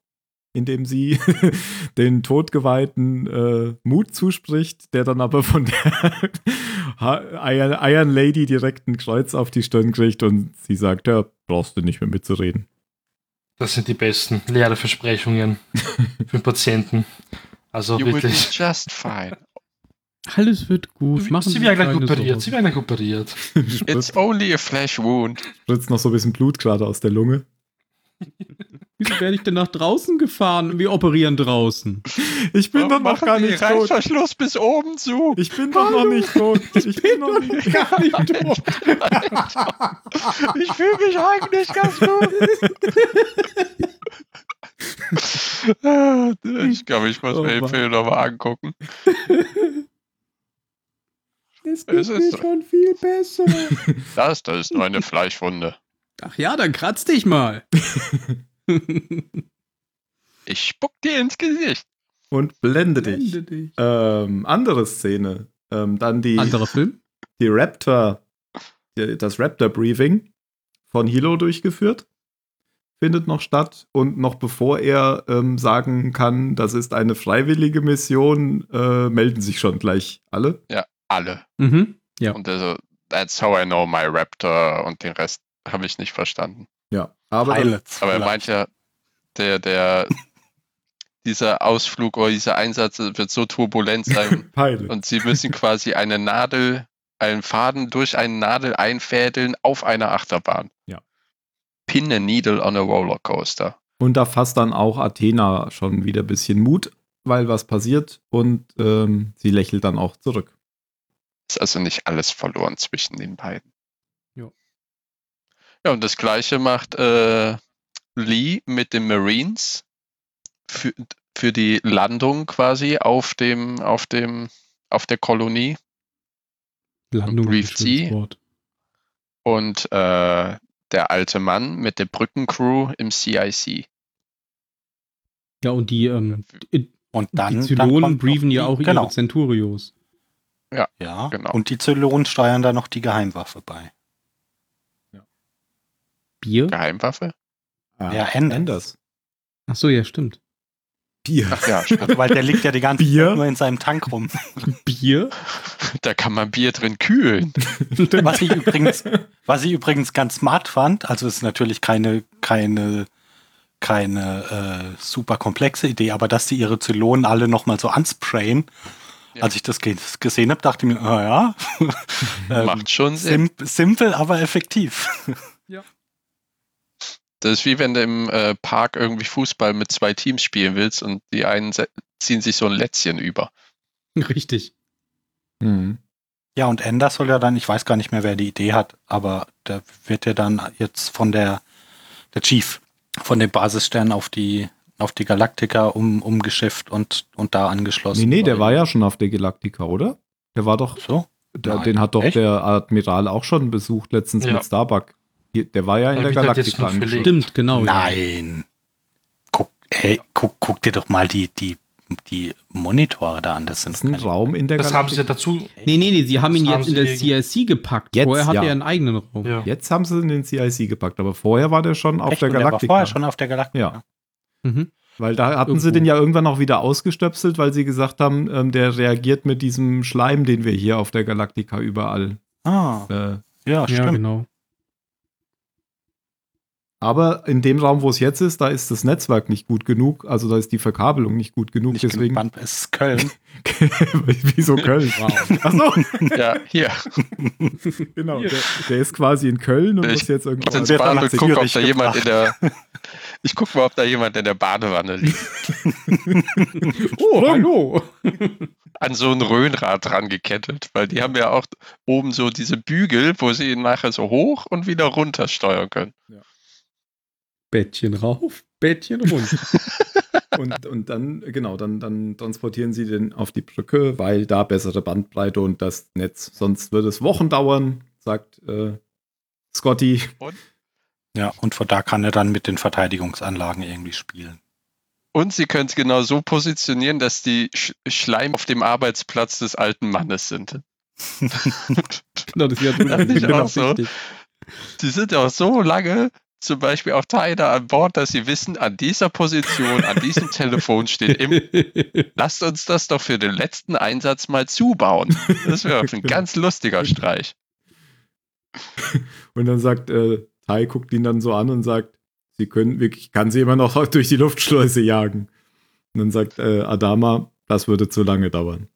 indem sie den Todgeweihten äh, Mut zuspricht, der dann aber von der Ha- Iron, Iron Lady direkt ein Kreuz auf die Stirn kriegt und sie sagt, ja, brauchst du nicht mehr mitzureden.
Das sind die besten. Leere Versprechungen für den Patienten. Also
You will be
wirklich.
just fine.
Alles wird gut. Machen
Sie werden gleich
keine
operiert. Sie
Sorgen.
werden gleich operiert.
It's only a flesh wound.
Spritzt noch so ein bisschen Blut gerade aus der Lunge.
Wieso werde ich denn nach draußen gefahren? Wir operieren draußen.
Ich bin doch
Warum
noch
machen
gar
die
nicht tot.
Reißverschluss bis oben zu.
Ich bin doch noch nicht tot. Ich bin noch nicht
Gar nicht tot.
Ich fühle mich eigentlich ganz gut. ich glaube, ich muss
Oh
mir den
Mann.
Film nochmal angucken.
Es
Es ist so.
schon viel besser.
Das, das ist nur eine Fleischwunde.
Ach ja, dann kratz dich mal.
Ich spuck dir ins Gesicht.
Und blende dich.
Blende dich.
Ähm, andere Szene. Ähm, dann die,
Anderer Film?
die Raptor, die, das Raptor-Briefing von Hilo durchgeführt. Findet noch statt. Und noch bevor er ähm, sagen kann, das ist eine freiwillige Mission, äh, melden sich schon gleich alle.
Alle.
Mhm. Ja.
Und also, that's how I know my Raptor und den Rest habe ich nicht verstanden.
Ja. Aber
Pilots.
Aber er
vielleicht.
meint ja, der, der, dieser Ausflug oder dieser Einsatz wird so turbulent sein
Pilot.
und sie müssen quasi eine Nadel, einen Faden durch eine Nadel einfädeln auf einer Achterbahn.
Ja.
Pin a needle on a roller coaster.
Und da fasst dann auch Athena schon wieder ein bisschen Mut, weil was passiert und ähm, sie lächelt dann auch zurück.
Ist also nicht alles verloren zwischen den beiden.
Jo.
Ja, und das gleiche macht äh, Lee mit den Marines für, für die Landung quasi auf dem, auf dem, auf der Kolonie.
Landung.
Brief
ist ein schönes
sie.
Wort.
und äh, der alte Mann mit der Brückencrew im CIC.
Ja, und die, ähm, die
und dann, dann
Zylonen
kommt
briefen
noch
ja auch
die, genau,
ihre Centurios.
ja.
Genau.
Und die Zylonen steuern da noch die Geheimwaffe bei.
Bier?
Geheimwaffe?
Ja, Anders.
Ach so, ja, stimmt.
Bier.
Ach ja, stimmt.
Also, weil der liegt ja die ganze
Bier?
Zeit nur in seinem Tank rum.
Bier?
da kann man Bier drin kühlen.
Was ich übrigens, was ich übrigens ganz smart fand, also ist natürlich keine, keine, keine äh, super komplexe Idee, aber dass die ihre Zylonen alle nochmal so ansprayen,
Ja.
als ich das ge gesehen habe, dachte ich mir, ah ja, ähm,
Macht schon Sinn.
sim simpel, aber effektiv.
Das ist wie wenn du im äh, Park irgendwie Fußball mit zwei Teams spielen willst und die einen se- ziehen sich so ein Lätzchen über.
Richtig.
Mhm.
Ja, und Ender soll ja dann, ich weiß gar nicht mehr, wer die Idee hat, aber da wird ja dann jetzt von der, der Chief, von den Basissternen auf die, auf die Galaktika um, umgeschifft und, und da angeschlossen.
Nee, nee, der war ja schon auf der Galaktika, oder? Der war doch,
so.
der,
Nein.
den hat doch
Echt?
der Admiral auch schon besucht letztens
Ja.
mit Starbuck. Hier, Der war ja in
Da
der
wird halt jetzt
Galaktika
nur verlegt.
angeschlossen.
Stimmt, genau. ja.
Nein. Guck, hey, guck, guck dir doch mal die, die, die Monitore da an. Das sind
Das ist ein
keine-
Raum in der
Das haben sie ja
Galaktika.
dazu.
Nee, nee, nee, sie haben ihn
Das haben
jetzt in
sie
der CIC gepackt.
Jetzt,
Vorher hatte
ja.
er einen eigenen Raum.
Ja.
Jetzt haben sie ihn in den CIC gepackt, aber vorher war der schon auf
Echt?
der
Und der war
Galaktika.
vorher schon auf der Galaktika.
Ja.
Mhm.
Weil da hatten sie
Irgendwo.
den ja irgendwann auch wieder ausgestöpselt, weil sie gesagt haben, ähm, der reagiert mit diesem Schleim, den wir hier auf der Galaktika überall.
Ah,
Äh,
genau,
ja,
Ja,
stimmt.
genau.
Aber in dem Raum, wo es jetzt ist, da ist das Netzwerk nicht gut genug. Also da ist die Verkabelung nicht gut genug.
Nicht
deswegen.
genug Band, es ist Köln.
Wieso Köln?
Wow.
Achso,
Ja, hier.
genau. Der, der ist quasi in Köln und
Ich-
muss jetzt
Ich
irgendwo.
ins
wird
Bad
dann
und
nach
guck, ob
Zürich
da jemand in der. Ich guck mal, ob da jemand in der Badewanne liegt.
Oh, hallo.
An so ein Röhnrad dran gekettet, weil die haben ja auch oben so diese Bügel, wo sie ihn nachher so hoch und wieder runter steuern können.
Bettchen rauf, Bettchen runter.
Und, und dann, genau, dann, dann transportieren sie den auf die Brücke, weil da bessere Bandbreite und das Netz. Sonst würde es Wochen dauern, sagt äh, Scotty.
Ja, und von da kann er dann mit den Verteidigungsanlagen irgendwie spielen.
Und sie können es genau so positionieren, dass die Sch Schleim auf dem Arbeitsplatz des alten Mannes sind.
Genau, das ist ja
Das ist
genau
auch so.
richtig.
die sind auch so lange zum Beispiel auf Tider an Bord, dass sie wissen, an dieser Position, an diesem Telefon steht immer, lasst uns das doch für den letzten Einsatz mal zubauen. Das wäre ein ganz lustiger
Genau.
Streich.
Und dann sagt, äh, Tai guckt ihn dann so an und sagt, sie können wirklich, ich kann sie immer noch durch die Luftschleuse jagen. Und dann sagt äh, Adama, das würde zu lange dauern.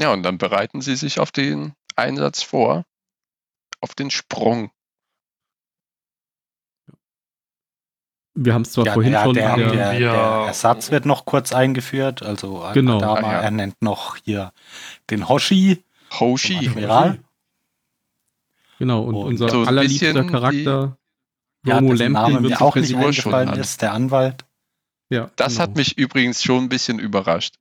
Ja, und dann bereiten sie sich auf den Einsatz vor, auf den Sprung.
Wir haben es zwar
Ja,
vorhin
der,
schon.
der,
an
der,
der-
der,
Ja.
Ersatz wird noch kurz eingeführt. Also
Genau.
Adama,
Ah, ja.
er nennt noch hier den Hoshi, den
Hoshi.
Admiral.
Genau, und
Und
unser
so ein
allerliebster
bisschen
Charakter,
Ja,
Romo
dessen Name
Lemke,
mir auch nicht
Präsident
eingefallen
gefunden.
ist, der Anwalt.
Ja,
Das
genau.
hat mich übrigens schon ein bisschen überrascht.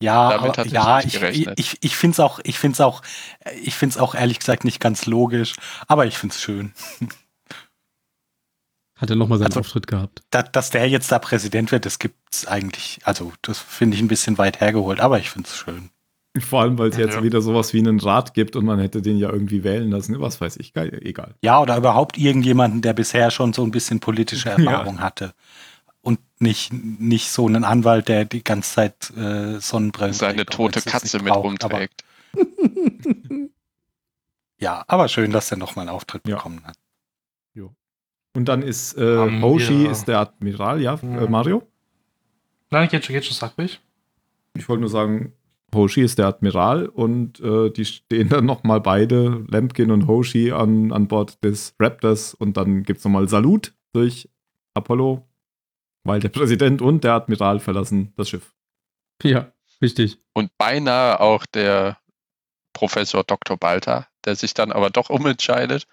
Ja,
Damit
aber,
hatte ich
ja,
nicht
ich, ich,
gerechnet.
ich, ich finde es auch, ich find's auch, ich find's auch ehrlich gesagt nicht ganz logisch, aber ich finde es schön.
Hat er nochmal seinen
Also-
Auftritt gehabt.
Da, dass der jetzt da Präsident wird, das gibt's eigentlich, also das finde ich ein bisschen weit hergeholt, aber ich finde es schön.
Vor allem, weil es jetzt
Ja.
wieder sowas wie einen Rat gibt und man hätte den ja irgendwie wählen lassen. Was weiß ich, geil, egal.
Ja, oder überhaupt irgendjemanden, der bisher schon so ein bisschen politische Erfahrung hatte. Und nicht, nicht so einen Anwalt, der die ganze Zeit äh, Sonnenbrillen
Seine
trägt, auch
tote
wenn's das
Katze
nicht
mit
braucht. Aber,
rumträgt.
ja, aber schön, dass der nochmal einen Auftritt
Ja.
bekommen hat.
Und dann ist
Haben
äh, Hoshi,
wir-
ist der Admiral, ja,
Mhm.
äh, Mario?
Nein, geht schon, geht schon, sag mich.
Ich wollte nur sagen, Hoshi ist der Admiral und äh, die stehen dann nochmal beide, Lempkin und Hoshi, an, an Bord des Raptors und dann gibt es nochmal Salut durch Apollo, weil der Präsident und der Admiral verlassen das Schiff.
Ja, richtig.
Und beinahe auch der Professor Dr. Balter, der sich dann aber doch umentscheidet.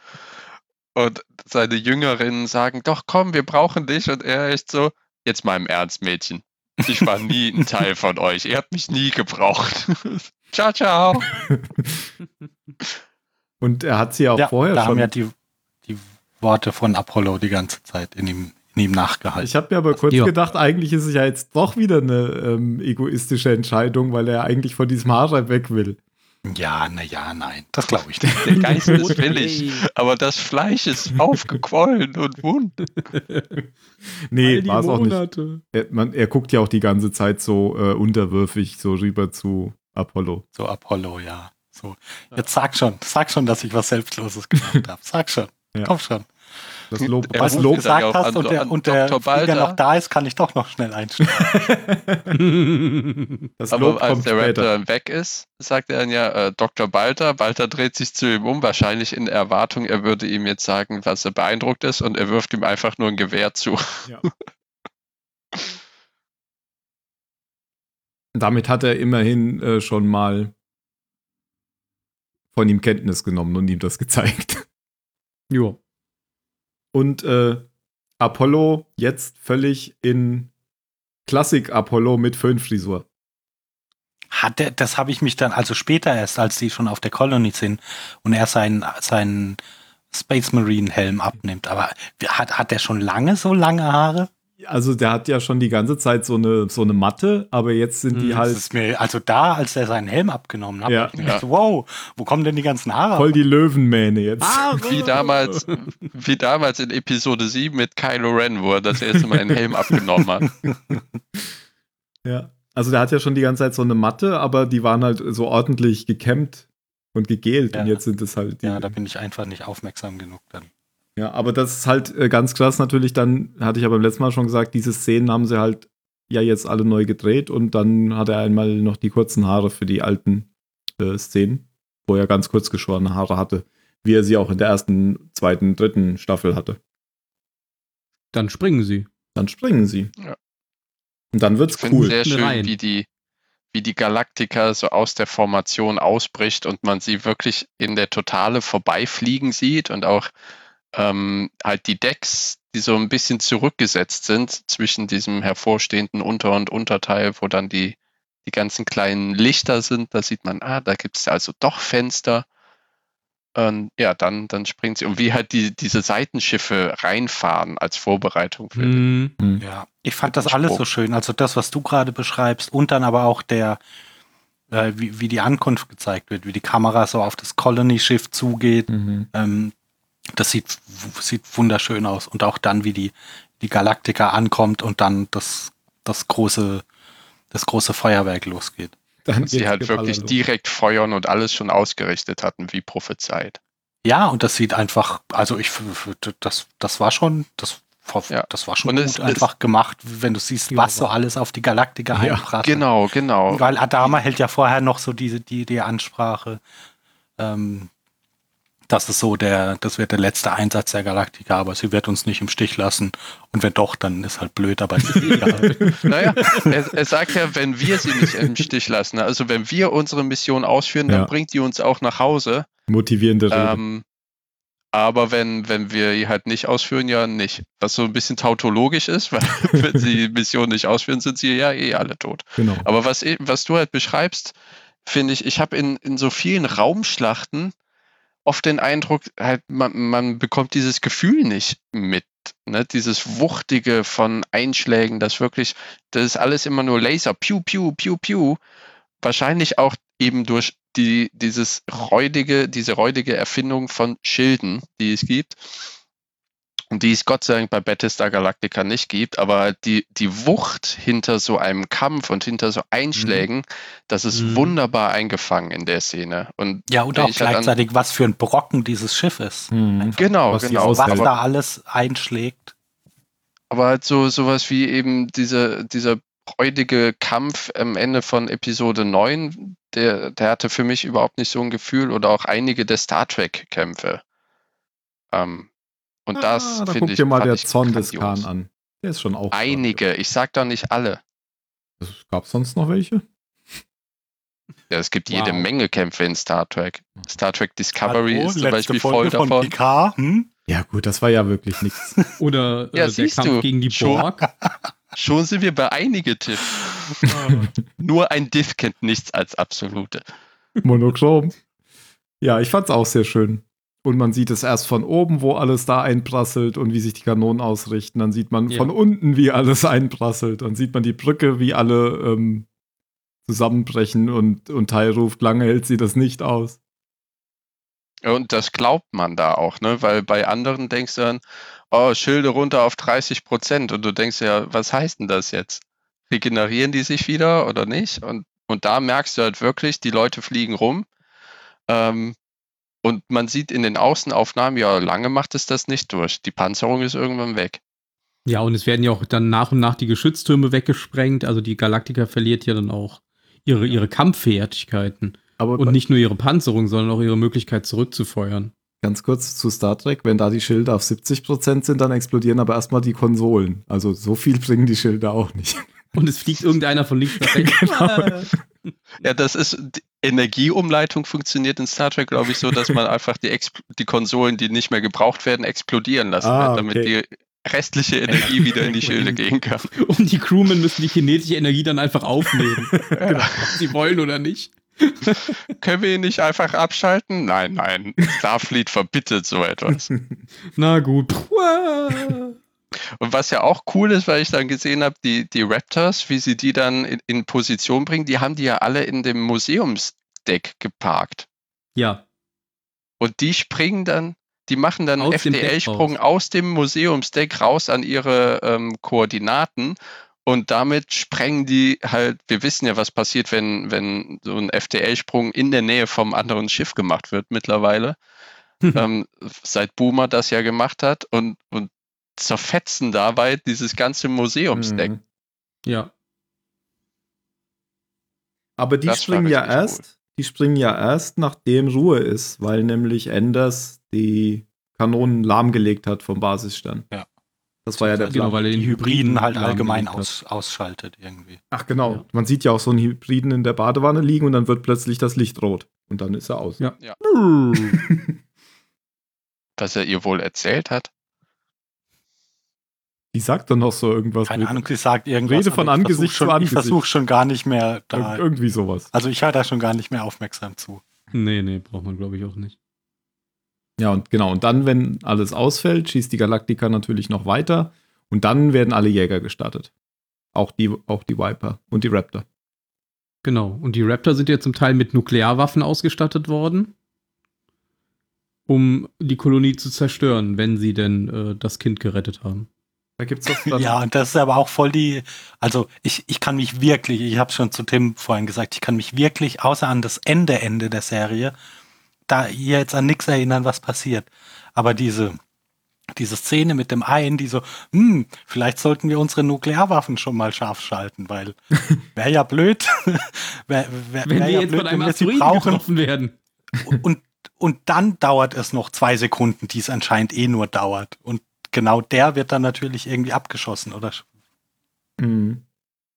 Und seine Jüngerinnen sagen, doch komm, wir brauchen dich. Und er echt so, jetzt mal im Ernst, Mädchen. Ich war nie ein Teil von euch. Ihr habt mich nie gebraucht. ciao, ciao.
Und er hat sie auch
ja,
vorher
da
schon.
haben ja die, die Worte von Apollo die ganze Zeit in ihm, in ihm nachgehalten.
ich habe mir aber kurz
Ja.
gedacht, eigentlich ist es ja jetzt doch wieder eine ähm, egoistische Entscheidung, weil er eigentlich von diesem Haarreib weg will.
ja, na ja, nein, das glaube ich nicht.
Der Geist ist willig, aber das Fleisch ist aufgequollen und wund.
Nee, war es auch nicht.
nicht.
Er, man, er guckt ja auch die ganze Zeit so äh, unterwürfig so rüber zu Apollo.
So Apollo, ja. So, jetzt sag schon, sag schon, dass ich was Selbstloses gemacht habe. Sag schon,
Ja.
komm schon.
Das Lob,
Er
Was
das
du
Lob,
ruft es dann ja
gesagt
auch
hast
an-
und der,
an
und der
Dr.
Flieger
Balter.
noch da ist, kann ich doch noch schnell einsteigen.
das Lob
Aber als
kommt
der Raptor
später.
dann weg ist, sagt er dann ja äh, Dr. Balter. Balter dreht sich zu ihm um, wahrscheinlich in der Erwartung, er würde ihm jetzt sagen, was er beeindruckt ist und er wirft ihm einfach nur ein Gewehr zu.
Damit hat er immerhin äh, schon mal von ihm Kenntnis genommen und ihm das gezeigt.
Jo.
Und äh, Apollo jetzt völlig in Klassik-Apollo mit Föhnfrisur.
Hat er, das habe ich mich dann, also später erst, als die schon auf der Colony sind und er seinen, seinen Space Marine Helm abnimmt. Aber hat, hat er schon lange so lange Haare?
Also der hat ja schon die ganze Zeit so eine, so eine Matte, aber jetzt sind die
Mhm,
Das
halt
ist mir, also da, als er seinen Helm abgenommen hat,
Ja.
hab ich mir gedacht, wow, wo kommen denn die ganzen Haare?
voll die Löwenmähne jetzt.
Ah!
Wie damals, wie damals in Episode 7 mit Kylo Ren, wo er das erste Mal den Helm abgenommen hat.
Ja. Also der hat ja schon die ganze Zeit so eine Matte, aber die waren halt so ordentlich gekämmt und gegelt. Und
Ja.
jetzt sind es halt die.
Ja, da bin ich einfach nicht aufmerksam genug dann.
Ja, aber das ist halt äh, ganz krass natürlich dann, hatte ich ja beim letzten Mal schon gesagt, diese Szenen haben sie halt ja jetzt alle neu gedreht und dann hat er einmal noch die kurzen Haare für die alten äh, Szenen, wo er ganz kurz geschorene Haare hatte, wie er sie auch in der ersten, zweiten, dritten Staffel hatte.
Dann springen sie.
Dann springen sie.
Ja.
Und dann
Ich
wird's
finde
cool.
sehr schön,
Rein.
wie die, wie die Galaktika so aus der Formation ausbricht und man sie wirklich in der Totale vorbeifliegen sieht und auch ähm, halt die Decks, die so ein bisschen zurückgesetzt sind zwischen diesem hervorstehenden Unter- und Unterteil, wo dann die, die ganzen kleinen Lichter sind. Da sieht man, ah, da gibt es also doch Fenster. Und ja, dann, dann springt sie. Und wie halt die, diese Seitenschiffe reinfahren als Vorbereitung für den
Mhm.
Ja, ich fand
Mit dem
das alles
Spruch.
so schön. Also das, was du gerade beschreibst und dann aber auch der, äh, wie, wie die Ankunft gezeigt wird, wie die Kamera so auf das Colony-Schiff zugeht.
Mhm.
Ähm, das sieht, w- sieht wunderschön aus. Und auch dann, wie die, die Galaktika ankommt und dann das, das große, das große Feuerwerk losgeht.
Dann
dass sie
geht's
halt
Geballer
wirklich
los.
direkt feuern und alles schon ausgerichtet hatten, wie prophezeit.
Ja, und das sieht einfach, also ich, f- f- das, das war schon, das, war-
Ja.
das war schon
Und
gut
es- es-
einfach gemacht, wenn du siehst,
Ja,
was so alles auf die Galaktika
Ja,
einprasselt.
Genau, genau.
Weil Adama hält ja vorher noch so diese die, die Ansprache, ähm, das ist so der, das wird der letzte Einsatz der Galaktika, aber sie wird uns nicht im Stich lassen. Und wenn doch, dann ist halt blöd, aber ist egal.
Naja, er, er sagt ja, wenn wir sie nicht im Stich lassen, also wenn wir unsere Mission ausführen, dann
Ja.
bringt die uns auch nach Hause.
Motivierende Rede.
Ähm, aber wenn, wenn wir die halt nicht ausführen, ja nicht. Was so ein bisschen tautologisch ist, weil wenn sie die Mission nicht ausführen, sind sie ja eh alle tot.
genau.
Aber was, eh- was du halt beschreibst, finde ich, ich habe in, in so vielen Raumschlachten oft den Eindruck, halt, man, man bekommt dieses Gefühl nicht mit. Ne? Dieses Wuchtige von Einschlägen, das wirklich, das ist alles immer nur Laser, piu, piu, piu, piu. Wahrscheinlich auch eben durch die, dieses räudige, diese räudige Erfindung von Schilden, die es gibt. Und die es Gott sei Dank bei Battlestar Galactica nicht gibt, aber die, die Wucht hinter so einem Kampf und hinter so Einschlägen, das ist
Mhm.
wunderbar eingefangen in der Szene. Und
ja, und auch
Ich hab dann-
gleichzeitig, was für ein Brocken dieses Schiff ist.
Mhm.
Einfach,
Genau,
was die
genau.
Aus-
was
aushält.
da alles einschlägt.
Aber halt so sowas wie eben diese, dieser freudige Kampf am Ende von Episode 9, der, der hatte für mich überhaupt nicht so ein Gefühl oder auch einige der Star Trek-Kämpfe. Ähm, und das
Ah, da
finde
guck
ich.
dir mal
fand
der
ich
Zorn des
grandios.
Khan an. Der ist schon auch.
Einige, ich sag doch nicht alle.
Gab es sonst noch welche?
Ja, es gibt jede
Wow.
Menge Kämpfe in Star Trek.
Mhm.
Star Trek Discovery
Hallo,
ist zum
letzte
Beispiel voll
Folge von
davon.
Picard, hm?
Ja, gut, das war ja wirklich nichts.
Oder äh,
Ja,
der
siehst
Kampf
du.
gegen die
Schon.
Borg.
Schon sind wir bei einige Tiff.
Ah.
Nur ein Diff kennt nichts als absolute.
Monochrom. Ja, ich fand's auch sehr schön. Und man sieht es erst von oben, wo alles da einprasselt und wie sich die Kanonen ausrichten. Dann sieht man
Ja.
von unten, wie alles einprasselt. Dann sieht man die Brücke, wie alle ähm, zusammenbrechen und, und Tai ruft, lange hält sie das nicht aus.
Ja, Und das glaubt man da auch, ne? Weil bei anderen denkst du dann, oh, Schilde runter auf 30 Prozent. Und du denkst ja, was heißt denn das jetzt? Regenerieren die sich wieder oder nicht? Und, und da merkst du halt wirklich, die Leute fliegen rum. Ähm, und man sieht in den Außenaufnahmen, ja, lange macht es das nicht durch. Die Panzerung ist irgendwann weg.
Ja, und es werden ja auch dann nach und nach die Geschütztürme weggesprengt. Also die Galaktika verliert ja dann auch ihre, ihre Kampffertigkeiten.
Aber
Und nicht nur ihre Panzerung, sondern auch ihre Möglichkeit zurückzufeuern.
ganz kurz zu Star Trek, wenn da die Schilder auf 70% sind, dann explodieren aber erstmal die Konsolen. Also so viel bringen die Schilder auch nicht.
Und es fliegt irgendeiner von links nach rechts. genau.
Ja, das ist, die Energieumleitung funktioniert in Star Trek, glaube ich, so, dass man einfach die, Expl- die Konsolen, die nicht mehr gebraucht werden, explodieren lassen
Ah,
hat, damit
okay.
die restliche Energie wieder in die Schilde gehen kann.
Und die Crewmen müssen die kinetische Energie dann einfach aufnehmen. genau, ob sie wollen oder nicht.
Können wir ihn nicht einfach abschalten? Nein, nein. Starfleet verbittet so etwas.
Na gut.
Und was ja auch cool ist, weil ich dann gesehen habe, die, die Raptors, wie sie die dann in, in Position bringen, die haben die ja alle in dem Museumsdeck geparkt.
ja,
Und die springen dann, die machen dann einen
Aus dem Deck
FDL-Sprung aus dem Museumsdeck raus an ihre ähm, Koordinaten Und damit sprengen die halt, wir wissen ja, was passiert, wenn, wenn so ein FTL-Sprung in der Nähe vom anderen Schiff gemacht wird mittlerweile. ähm, seit Boomer das ja gemacht hat und, und zerfetzen dabei dieses ganze Museumsdeck.
Mhm. Ja. Aber die
Das war
springen ja
richtig
erst, die springen ja erst, nachdem Ruhe ist, weil nämlich Anders die Kanonen lahmgelegt hat vom Basisstern.
Ja.
Das war ja der
Genau,
Plan.
weil er den
Die Hybriden halt
lahmgelegt
allgemein
hat.
aus, ausschaltet irgendwie.
Ach genau,
Ja.
man sieht ja auch so einen Hybriden in der Badewanne liegen und dann wird plötzlich das Licht rot und dann ist er aus.
Ja.
Ja.
Brrr.
was er ihr wohl erzählt hat.
Die sagt dann noch so irgendwas.
Keine
mit-
Ahnung, sie sagt irgendwas.
Rede von
aber ich versuch
Angesicht
schon,
zu
Ich versuche
Angesicht.
schon gar nicht mehr
Ir-
da.
irgendwie sowas.
Also ich höre da schon gar nicht mehr aufmerksam zu.
Nee, nee, braucht man, glaube ich, auch nicht.
Ja, und genau. Und dann, wenn alles ausfällt, schießt die Galaktika natürlich noch weiter. Und dann werden alle Jäger gestartet. Auch die, auch die Viper und die Raptor.
Genau. Und die Raptor sind ja zum Teil mit Nuklearwaffen ausgestattet worden, um die Kolonie zu zerstören, wenn sie denn äh, das Kind gerettet haben.
Da gibt's doch dann-
Ja, und das ist aber auch voll die, also ich, ich kann mich wirklich, ich habe schon zu Tim vorhin gesagt, ich kann mich wirklich außer an das Ende, Ende der Serie, da ihr jetzt an nichts erinnern, was passiert. Aber diese, diese Szene mit dem einen, die so, hm, vielleicht sollten wir unsere Nuklearwaffen schon mal scharf schalten, weil wäre ja blöd, wär, wär,
Wenn
wär
die
ja
jetzt
blöd,
von einem
wenn wir sie
Asteroiden
brauchen
getroffen werden.
und, und dann dauert es noch zwei Sekunden, die es anscheinend eh nur dauert. Und genau der wird dann natürlich irgendwie abgeschossen oder
Mhm.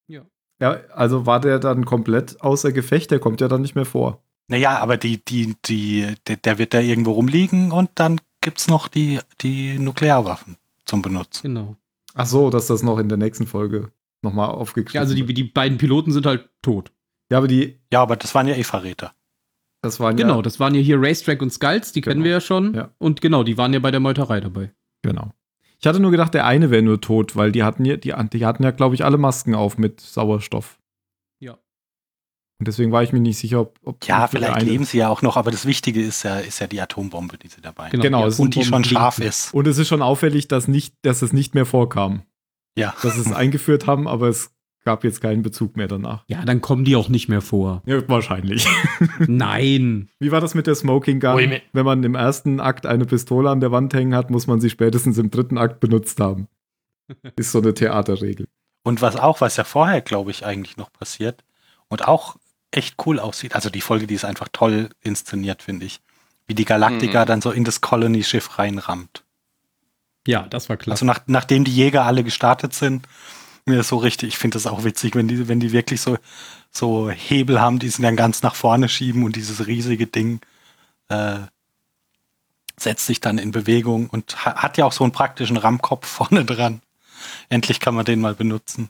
Ja.
Ja, also war der dann komplett außer Gefecht, der kommt ja dann nicht mehr vor.
Naja, aber die, die, die, der, der wird da irgendwo rumliegen und dann gibt's noch die, die Nuklearwaffen zum Benutzen.
Genau.
Ach so, dass das noch in der nächsten Folge nochmal aufgeklärt
Ja, also die, die beiden Piloten sind halt tot.
Ja, aber die,
Ja, aber das waren ja eh Verräter.
das waren
Genau,
ja.
das waren ja hier Racetrack und Skulls, die kennen
Genau.
wir ja schon.
Ja.
Und genau, die waren ja bei der Meuterei dabei.
Genau. Ich hatte nur gedacht, der eine wäre nur tot, weil die hatten ja, die, die hatten ja, glaube ich, alle Masken auf mit Sauerstoff.
Ja.
Und deswegen war ich mir nicht sicher, ob. ob
Ja,
ob der
vielleicht
eine-
leben sie ja auch noch, aber das Wichtige ist ja, ist ja die Atombombe, die sie dabei haben.
Genau,
ja.
es ist
Und um die schon
Atombomben
scharf
blinken.
ist.
Und es ist schon auffällig, dass, nicht, dass es nicht mehr vorkam.
Ja.
Dass sie es eingeführt haben, aber es gab jetzt keinen Bezug mehr danach.
Ja, dann kommen die auch nicht mehr vor.
Ja, wahrscheinlich.
Nein.
Wie war das mit der Smoking Gun?
Ui, mir-
Wenn man im ersten Akt eine Pistole an der Wand hängen hat, muss man sie spätestens im dritten Akt benutzt haben. Ist so eine Theaterregel.
Und was auch, was ja vorher, glaube ich, eigentlich noch passiert und auch echt cool aussieht, also die Folge, die ist einfach toll inszeniert, finde ich. Wie die Galaktika
Mhm.
dann so in das Colony-Schiff reinrammt.
Ja, das war klasse.
Also nach, nachdem die Jäger alle gestartet sind, mir ist so richtig, ich finde das auch witzig, wenn die, wenn die wirklich so, so Hebel haben, die sie dann ganz nach vorne schieben und dieses riesige Ding äh, setzt sich dann in Bewegung und ha hat ja auch so einen praktischen Rammkopf vorne dran. Endlich kann man den mal benutzen.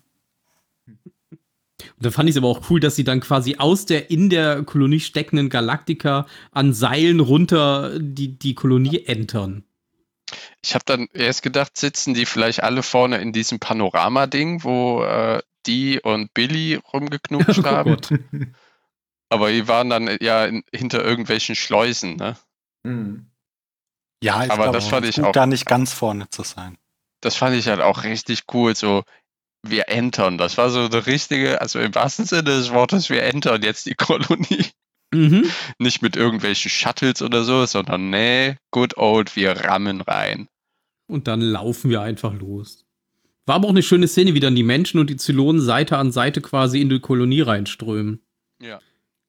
Und Da fand ich es aber auch cool, dass sie dann quasi aus der in der Kolonie steckenden Galaktika an Seilen runter die, die Kolonie entern.
Ich habe dann erst gedacht, sitzen die vielleicht alle vorne in diesem Panorama-Ding, wo äh, die und Billy
Oh
rumgeknutscht haben.
Gott.
Aber die waren dann äh, ja in, hinter irgendwelchen Schleusen. Ne?
Ja, ich
Aber
glaub,
das
es
fand
ist
ich
gut,
auch-
da nicht ganz vorne zu sein.
Das fand ich halt auch richtig cool. So, wir entern. Das war so eine richtige, also im wahrsten Sinne des Wortes, wir entern jetzt die Kolonie.
Mhm.
Nicht mit irgendwelchen Shuttles oder so, sondern nee, good old, wir rammen rein.
Und dann laufen wir einfach los. War aber auch eine schöne Szene, wie dann die Menschen und die Zylonen Seite an Seite quasi in die Kolonie reinströmen.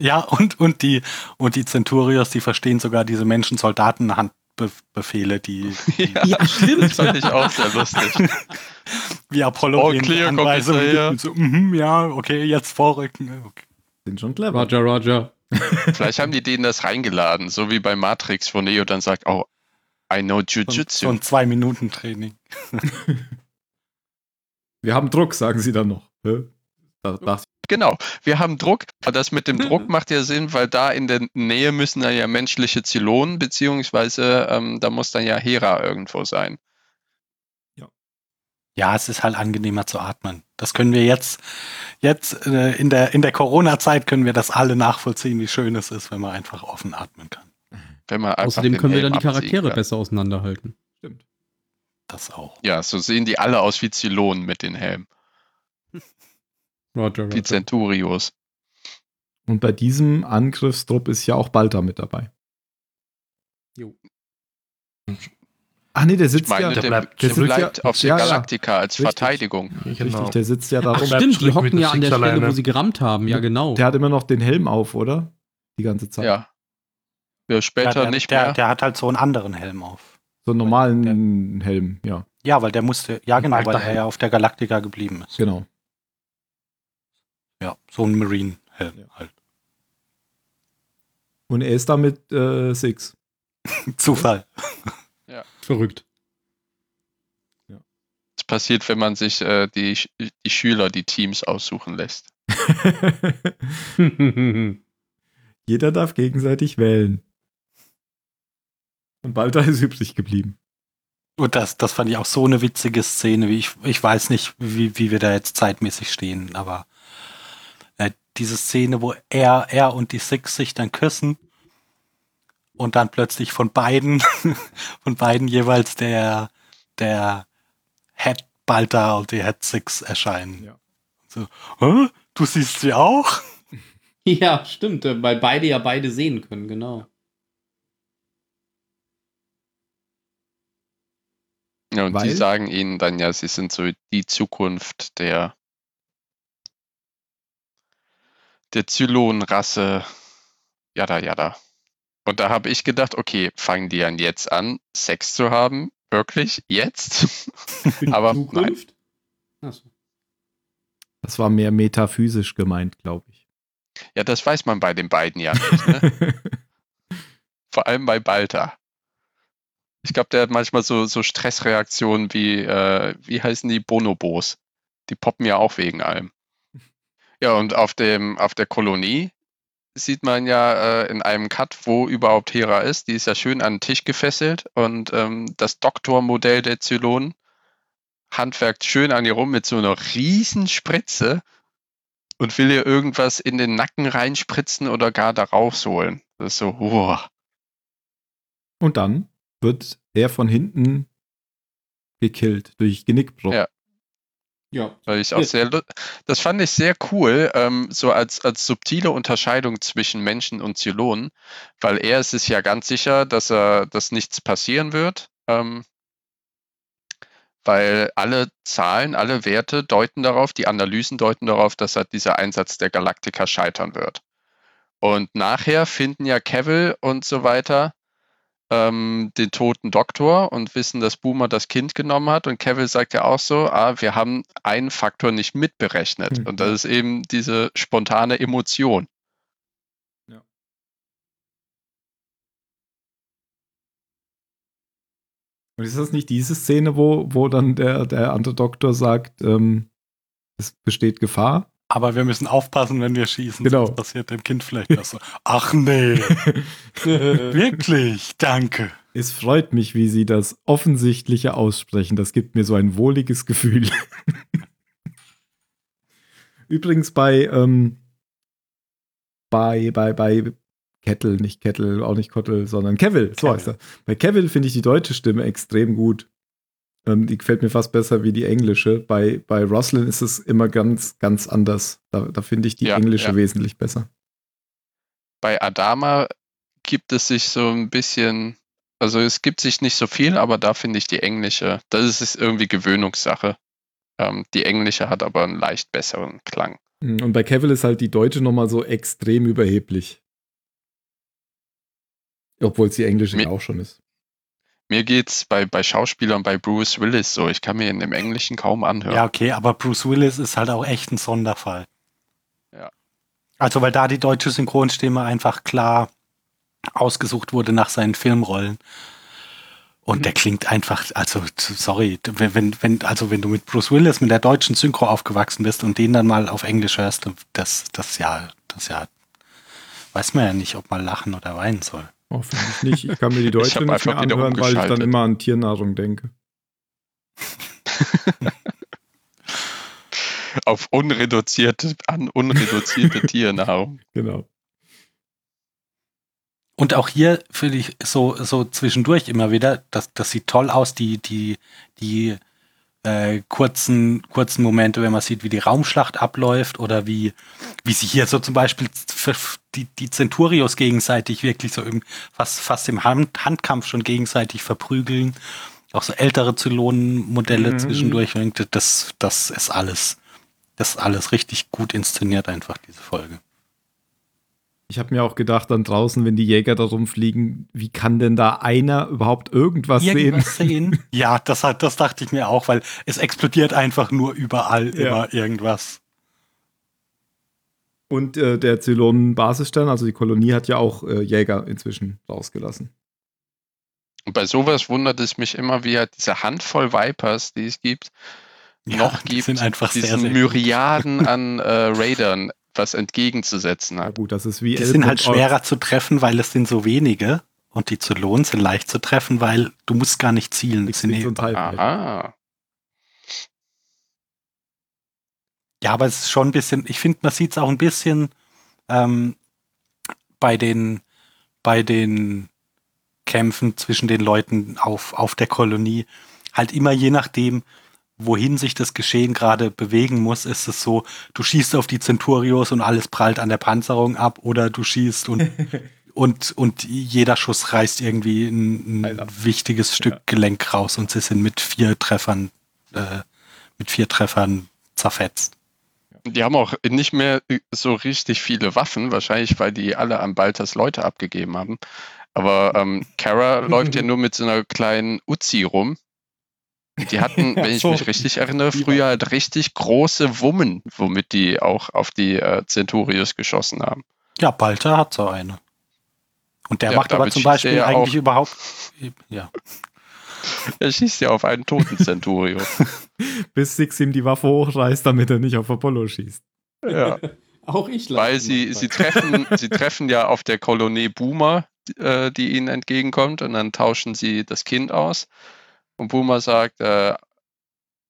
Ja, und, und die, und die Centurios, die verstehen sogar diese Menschen-Soldaten-Handbefehle, die, die
Ja, Das
stimmt.
fand ich auch sehr lustig.
wie Apollo
Oh,
ihnen
clear,
Anweisungen
Kommissar, ja.
gibt. So, mhm, ja, okay, jetzt vorrücken. äh, Okay.
Sind schon clever.
Roger, Roger.
Vielleicht haben die denen das reingeladen, so wie bei Matrix, wo Neo dann sagt, oh, I know
Und, so
Jujutsu.
ein Zwei-Minuten-Training.
Wir haben Druck, sagen sie dann noch. Hä? Da, da,
Genau, wir haben Druck. Aber das mit dem
Mhm.
Druck macht ja Sinn, weil da in der Nähe müssen dann ja menschliche Zylonen, beziehungsweise ähm, da muss dann ja Hera irgendwo sein.
Ja, es ist halt angenehmer zu atmen. Das können wir jetzt, jetzt äh, in der, in der Corona-Zeit können wir das alle nachvollziehen, wie schön es ist, wenn man einfach offen atmen kann.
Wenn man einfach
Außerdem
den
können wir dann die
Helm abziehen
Charaktere
kann.
besser auseinanderhalten.
Das auch.
Ja, so sehen die alle aus wie Zylonen mit den Helmen.
Roger,
die
Roger.
Centurios.
Und bei diesem Angriffstrupp ist ja auch Balta mit dabei.
Jo.
Ach Ah, nee, der
Ich
sitzt ja.
meine,
der
der, der
bleibt-
bleibt,
der sitzt ja-
auf der
ja, ja.
Galaktika als
Richtig.
Verteidigung.
Genau.
Richtig, der sitzt ja da
Ach
rum.
Bleibt
stimmt, die
zurück mit
hocken
dem
ja an der
Six
Stelle,
alleine.
wo sie gerammt haben. Ja, genau.
Der hat immer noch den Helm auf, oder? Die ganze Zeit.
Ja. Ja, später
der,
nicht
der,
mehr.
der hat halt so einen anderen Helm auf.
So einen normalen Helm, ja,
Ja, weil der musste, ja genau, weil
alter
er
Helm.
ja auf der Galaktika geblieben ist.
genau.
Ja, so ein Marine-Helm halt.
Und er ist damit äh, Six.
Zufall.
verrückt.
Das passiert, wenn man sich äh, die, Sch- die Schüler, die Teams aussuchen lässt.
Jeder darf gegenseitig wählen. Und Balta ist übrig geblieben.
Und das, das fand ich auch so eine witzige Szene, wie ich, ich weiß nicht, wie, wie wir da jetzt zeitmäßig stehen, aber äh, diese Szene, wo er, er und die Six sich dann küssen und dann plötzlich von beiden, von beiden jeweils der, der Head Balta und die Head Six erscheinen.
Ja.
So, Hä? du siehst sie auch?
ja, stimmt, äh, weil beide ja beide sehen können, genau.
Ja, und
Weil?
die sagen ihnen dann ja, sie sind so die Zukunft der, der Zylon-Rasse. Jada, jada. Und da habe ich gedacht, okay, fangen die dann jetzt an, Sex zu haben? Wirklich? Jetzt? Aber nein,
Achso.
Das war mehr metaphysisch gemeint, glaube ich.
ja, das weiß man bei den beiden ja nicht. Ne? Vor allem bei Balta. Ich glaube, der hat manchmal so, so Stressreaktionen wie, äh, wie heißen die Bonobos? Die poppen ja auch wegen allem. Ja, und auf, dem, auf der Kolonie sieht man ja äh, in einem Cut, wo überhaupt Hera ist. Die ist ja schön an den Tisch gefesselt und ähm, das Doktormodell der Zylonen handwerkt schön an ihr rum mit so einer riesen Spritze und will ihr irgendwas in den Nacken reinspritzen oder gar da rausholen. Das ist so, uah.
Und dann wird er von hinten gekillt durch Genickbruch.
Ja.
Ja.
Weil ich auch
Ja.
sehr, lu- das fand ich sehr cool, ähm, so als, als subtile Unterscheidung zwischen Menschen und Zylonen, weil er ist es ja ganz sicher, dass er, dass nichts passieren wird, ähm, weil alle Zahlen, alle Werte deuten darauf, die Analysen deuten darauf, dass halt dieser Einsatz der Galaktiker scheitern wird. Und nachher finden ja Cavill und so weiter ähm, den toten Doktor und wissen, dass Boomer das Kind genommen hat. Und Cavill sagt ja auch so, ah, wir haben einen Faktor nicht mitberechnet.
Hm.
Und das ist eben diese spontane Emotion.
Ja. Und ist das nicht diese Szene, wo, wo dann der, der andere Doktor sagt, ähm, es besteht Gefahr?
Aber wir müssen aufpassen, wenn wir schießen.
Genau.
sonst passiert dem Kind vielleicht was. Ach nee, wirklich, danke.
es freut mich, wie Sie das Offensichtliche aussprechen. Das gibt mir so ein wohliges Gefühl. Übrigens bei, ähm, bei, bei, bei Kettle, nicht Kettle, auch nicht Kottel, sondern Kevil. So
Cavill.
heißt er. Bei Kevil finde ich die deutsche Stimme extrem gut. Ähm, die gefällt mir fast besser wie die englische. Bei, bei Roslyn ist es immer ganz, ganz anders. Da, da finde ich die
Ja,
englische
ja.
wesentlich besser.
Bei Adama gibt es sich so ein bisschen, also es gibt sich nicht so viel, aber da finde ich die englische, das ist irgendwie Gewöhnungssache. Ähm, die englische hat aber einen leicht besseren Klang.
Und bei Cavill ist halt die Deutsche nochmal so extrem überheblich. Obwohl es die Englische
Mi-
ja auch schon ist.
Mir geht's bei, bei Schauspielern, bei Bruce Willis so. Ich kann mir in dem Englischen kaum anhören.
Ja, okay, aber Bruce Willis ist halt auch echt ein Sonderfall.
Ja.
Also, weil da die deutsche Synchronstimme einfach klar ausgesucht wurde nach seinen Filmrollen. Und der klingt einfach, also t- sorry, t- wenn, wenn, wenn, also wenn du mit Bruce Willis mit der deutschen Synchro aufgewachsen bist und den dann mal auf Englisch hörst, das, das ja, das ja, weiß man ja nicht, ob man lachen oder weinen soll.
Hoffentlich nicht. Ich kann mir die
Ich hab
Deutsche nicht mehr
einfach wieder
anhören, weil ich dann
umgeschaltet.
immer an Tiernahrung denke.
auf unreduzierte, an unreduzierte Tiernahrung.
Genau.
Und auch hier finde ich so, so zwischendurch immer wieder, das, das sieht toll aus, die, die, die äh, kurzen, kurzen Momente, wenn man sieht, wie die Raumschlacht abläuft oder wie, wie sich hier so zum Beispiel f- f- die, die Centurios gegenseitig wirklich so im, fast, fast im Hand, Handkampf schon gegenseitig verprügeln. Auch so ältere Zylonen-Modelle zwischendurch. Und ich denke, Das, das ist alles. Das ist alles richtig gut inszeniert, einfach diese Folge.
Ich habe mir auch gedacht, dann draußen, wenn die Jäger da rumfliegen, wie kann denn da einer überhaupt irgendwas, sehen?
Irgendwas sehen? Ja, das, hat, das dachte ich mir auch, weil es explodiert einfach nur überall
Ja.
immer irgendwas.
Und äh, der Zylonen-Basisstern, also die Kolonie, hat ja auch äh, Jäger inzwischen rausgelassen.
Und bei sowas wundert es mich immer, wie er diese Handvoll Vipers, die es gibt,
Ja,
noch
die
gibt,
sind einfach sehr,
diesen
sehr gut.
Myriaden an äh, Raidern was entgegenzusetzen
Na
hat.
gut, das ist wie
Die
Elben
sind halt
und Orks.
schwerer zu treffen, weil es sind so wenige. Und die Zylonen sind leicht zu treffen, weil du musst gar nicht zielen. Die
Nix,
sind
nix
eh,
und halb.
Aha.
ja, aber es ist schon ein bisschen, ich finde, man sieht es auch ein bisschen ähm, bei den, bei den Kämpfen zwischen den Leuten auf, auf der Kolonie. Halt immer je nachdem, wohin sich das Geschehen gerade bewegen muss, ist es so, du schießt auf die Centurios und alles prallt an der Panzerung ab oder du schießt und, und, und jeder Schuss reißt irgendwie ein,
Teil
ein
ab.
wichtiges Stück
Ja.
Gelenk raus und sie sind mit vier Treffern, äh, mit vier Treffern zerfetzt.
Die haben auch nicht mehr so richtig viele Waffen, wahrscheinlich weil die alle an Baltas Leute abgegeben haben. Aber ähm, Kara läuft ja nur mit so einer kleinen Uzi rum. Die hatten, wenn ich mich richtig erinnere, früher halt richtig große Wummen, womit die auch auf die äh, Centurios geschossen haben.
Ja, Balta hat so eine. Und der
Ja,
macht aber
damit
zum
schießt er
Beispiel
ja
eigentlich
auch.
überhaupt. Ja.
Er schießt ja auf einen toten Centurio.
Bis Six ihm die Waffe hochreißt, damit er nicht auf Apollo schießt.
ja.
Auch ich lache
Weil sie, sie,
manchmal.
treffen, sie treffen ja auf der Kolonie Boomer, äh, die ihnen entgegenkommt, und dann tauschen sie das Kind aus. Und Boomer sagt äh,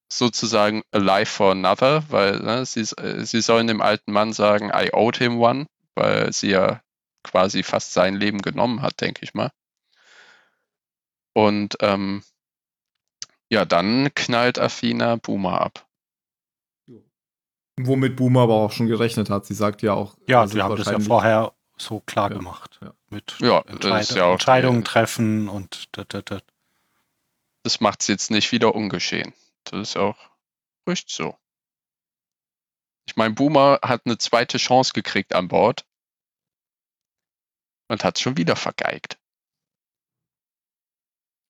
sozusagen a life for another, weil ne, sie, äh, sie sollen dem alten Mann sagen, I owed him one, weil sie ja quasi fast sein Leben genommen hat, denke ich mal. Und ähm, ja, dann knallt Athena Boomer ab.
Womit Boomer aber auch schon gerechnet hat. Sie sagt ja auch,
Ja,
das
wir
ist
haben das ja
wahrscheinlich-
vorher so klar
Ja,
gemacht.
ja.
Mit
Also Ja, das
Entscheid
ist ja auch-
Entscheidungen treffen und da, da, da.
das macht es jetzt nicht wieder ungeschehen. Das ist auch richtig so. Ich meine, Boomer hat eine zweite Chance gekriegt an Bord und hat schon wieder vergeigt.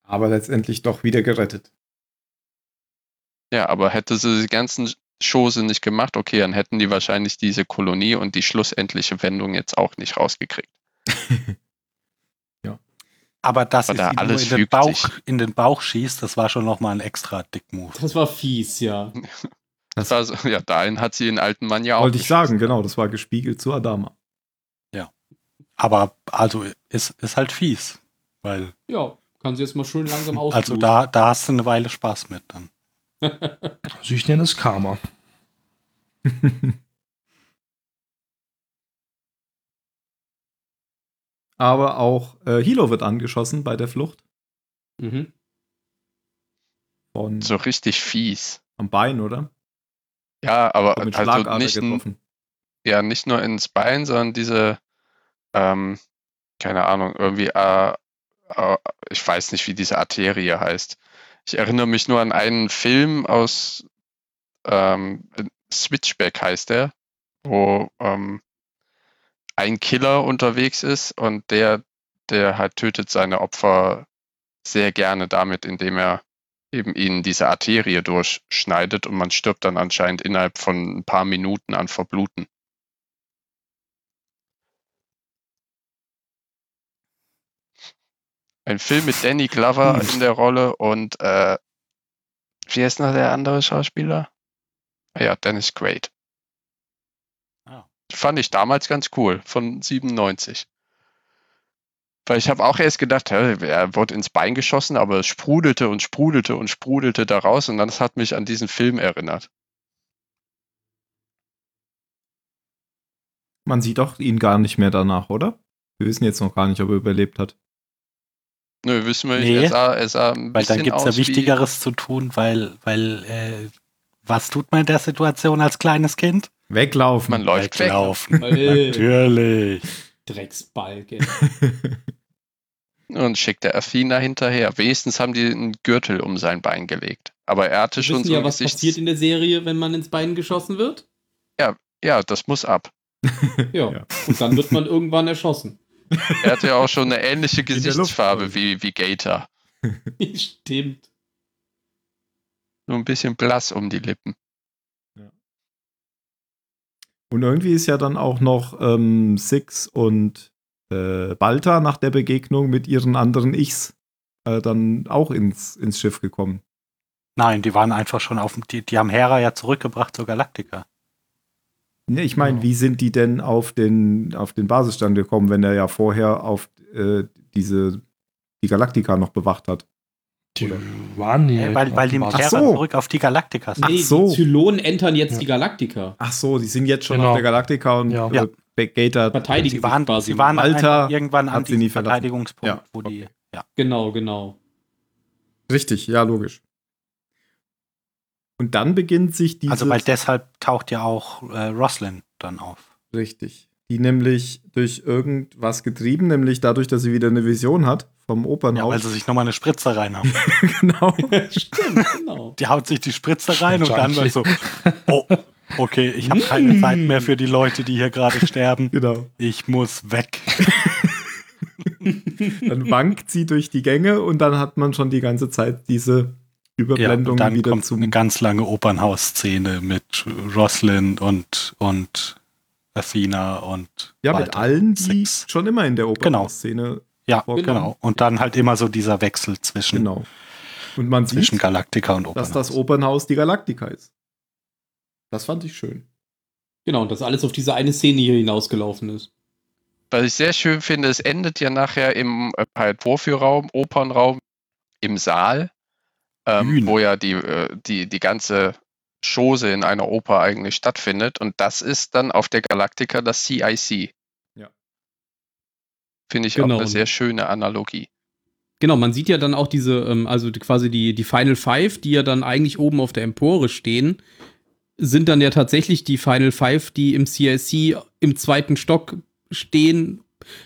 Aber letztendlich doch wieder gerettet.
Ja, aber hätte sie die ganzen Chose nicht gemacht, okay, dann hätten die wahrscheinlich diese Kolonie und die schlussendliche Wendung jetzt auch nicht rausgekriegt.
Aber dass
Aber
es
da
ihm
alles
nur in den,
fügt
Bauch,
sich.
in den Bauch schießt, das war schon nochmal ein extra Dick-Move.
Das war fies, ja.
Das war so, Also, ja, dahin hat sie den alten Mann ja auch.
Wollte ich
geschossen.
sagen, genau, das war gespiegelt zu Adama.
Aber also ist, ist halt fies. Weil,
Ja, kann sie jetzt mal schön langsam aus.
also da, da hast du eine Weile Spaß mit dann.
Also ich nenne es Karma.
aber auch äh, Hilo wird angeschossen bei der Flucht.
Mhm.
Von,
So richtig fies.
Am Bein, oder?
Ja, aber
Wird mit
also
Schlagader
nicht, ein-
getroffen.
ja nicht nur ins Bein, sondern diese, ähm, keine Ahnung, irgendwie, äh, äh, ich weiß nicht, wie diese Arterie heißt. Ich erinnere mich nur an einen Film aus ähm, Switchback heißt der, wo ähm, ein Killer unterwegs ist und der, der halt tötet seine Opfer sehr gerne damit, indem er eben ihnen diese Arterie durchschneidet und man stirbt dann anscheinend innerhalb von ein paar Minuten an Verbluten. Ein Film mit Danny Glover in der Rolle und äh, wie heißt noch der andere Schauspieler? Ah Ja, Dennis Quaid.
Ah.
Fand ich damals ganz cool, von 97. Weil ich habe auch erst gedacht, hä, er wurde ins Bein geschossen, aber es sprudelte und sprudelte und sprudelte daraus und das hat mich an diesen Film erinnert.
Man sieht auch ihn gar nicht mehr danach, oder? Wir wissen jetzt noch gar nicht, ob er überlebt hat.
Nö, wissen wir nicht.
Nee,
er sah, er sah ein
Weil
bisschen
dann gibt's
aus
ja Wichtigeres zu tun, weil, weil, äh, was tut man in der Situation als kleines Kind? Halt
Wie,
Weglaufen.
man läuft weg.
Weglaufen.
Äh,
Natürlich.
Drecksbalg. ey.
Und schickt der Athena hinterher. Wenigstens haben die einen Gürtel um sein Bein gelegt. Aber er hatte
Wir
schon
wissen
so ein
ja, was
Gesichts-
passiert in der Serie, wenn man ins Bein geschossen wird.
Ja, das muss ab.
Ja.
Ja.
Und dann wird man irgendwann erschossen.
Er hatte ja auch schon eine ähnliche
der Luft,
Gesichtsfarbe
also.
wie, wie Gator.
Stimmt.
Nur ein bisschen blass um die Lippen.
Und irgendwie ist ja dann auch noch ähm, Six und äh, Balta nach der Begegnung mit ihren anderen Ichs äh, dann auch ins, ins Schiff gekommen.
Nein, die waren einfach schon auf dem, die, die haben Hera ja zurückgebracht zur Galaktika.
Ne, ich meine,
Ja.
wie sind die denn auf den, auf den Basisstand gekommen, wenn er ja vorher auf äh, diese, die Galaktika noch bewacht hat?
Die waren ja.
Äh, weil, weil die mit
Ach
Hera
so.
zurück auf die Galaktika sind.
Ach so.
die Zylonen entern jetzt
Ja.
die Galaktika.
Ach so, die sind jetzt schon
Genau.
auf der Galaktika und
Ja.
äh, Gator.
Verteidigen
Sie waren,
sich quasi.
sie waren
Alter
einfach irgendwann an
hat sie nie
diesem
verlassen.
Verteidigungspunkt,
Ja,
wo die. Ja.
Genau, genau.
Richtig, ja, logisch. Und dann beginnt sich diese.
Also weil deshalb taucht ja auch äh, Roslyn dann auf.
Richtig. Die nämlich durch irgendwas getrieben, nämlich dadurch, dass sie wieder eine Vision hat vom
Ja, also weil
Opernhaus.
sie sich nochmal eine Spritze reinhauen.
genau.
Stimmt, genau.
Die haut sich die Spritze rein und
Junkie.
dann war so, oh, okay, ich habe keine Zeit mehr für die Leute, die hier gerade sterben.
genau.
Ich muss weg.
Dann wankt sie durch die Gänge und dann hat man schon die ganze Zeit diese
Ja,
Überblendung
und dann
wieder
kommt
zum.
eine ganz lange Opernhaus-Szene mit Roslyn und, und Athena und
Ja, mit
Walter.
allen, die
Six.
schon immer in der Opernhaus-Szene.
Ja,
vorkommen.
genau. Und dann halt immer so dieser Wechsel zwischen,
Genau. Und man
zwischen
sieht,
Galaktika und
dass
Opernhaus.
das Opernhaus die Galaktika ist. Das fand ich schön.
Genau, und das alles auf diese eine Szene hier hinausgelaufen ist.
Was ich sehr schön finde, es endet ja nachher im äh, halt Vorführraum, Opernraum, im Saal, ähm,
Bühne.
wo ja die, äh, die, die ganze Chose in einer Oper eigentlich stattfindet. Und das ist dann auf der Galaktika das CIC.
Ja.
Finde ich
Genau.
auch eine sehr schöne Analogie.
Genau, man sieht ja dann auch diese, ähm, also die, quasi die, die Final Five, die ja dann eigentlich oben auf der Empore stehen, sind dann ja tatsächlich die Final Five, die im CIC im zweiten Stock stehen,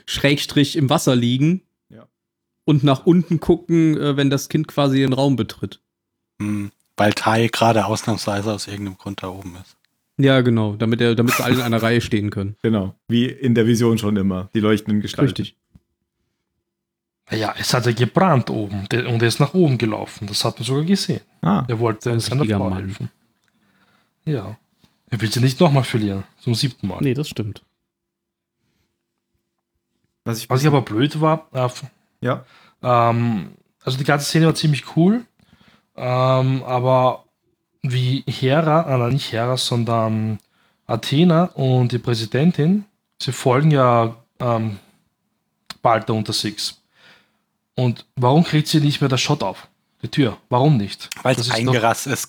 Schrägstrich im Wasser liegen
Ja.
und nach unten gucken, äh, wenn das Kind quasi den Raum betritt.
Hm, Weil Tai gerade ausnahmsweise aus irgendeinem Grund da oben ist.
Ja, genau, damit, er, damit sie alle in einer Reihe stehen können.
Genau. Wie in der Vision schon immer. Die leuchtenden Gestalten.
Naja, es hat ja gebrannt oben der- und er ist nach oben gelaufen. Das hat man sogar gesehen.
Ah,
Er wollte seiner
richtiger
Frau
Mann.
helfen. Ja. Er will sie nicht nochmal verlieren. Zum siebten Mal.
Nee, das stimmt.
was ich,
Was ich aber blöd war, äh, f-
Ja.
ähm, also die ganze Szene war ziemlich cool, ähm, aber wie Hera, äh, nein, nicht Hera, sondern Athena und die Präsidentin, sie folgen ja ähm, Balta unter Six. Und warum kriegt sie nicht mehr das Shot auf? Die Tür. Warum nicht?
Weil
Das
es
ist doch-
eingerasst ist,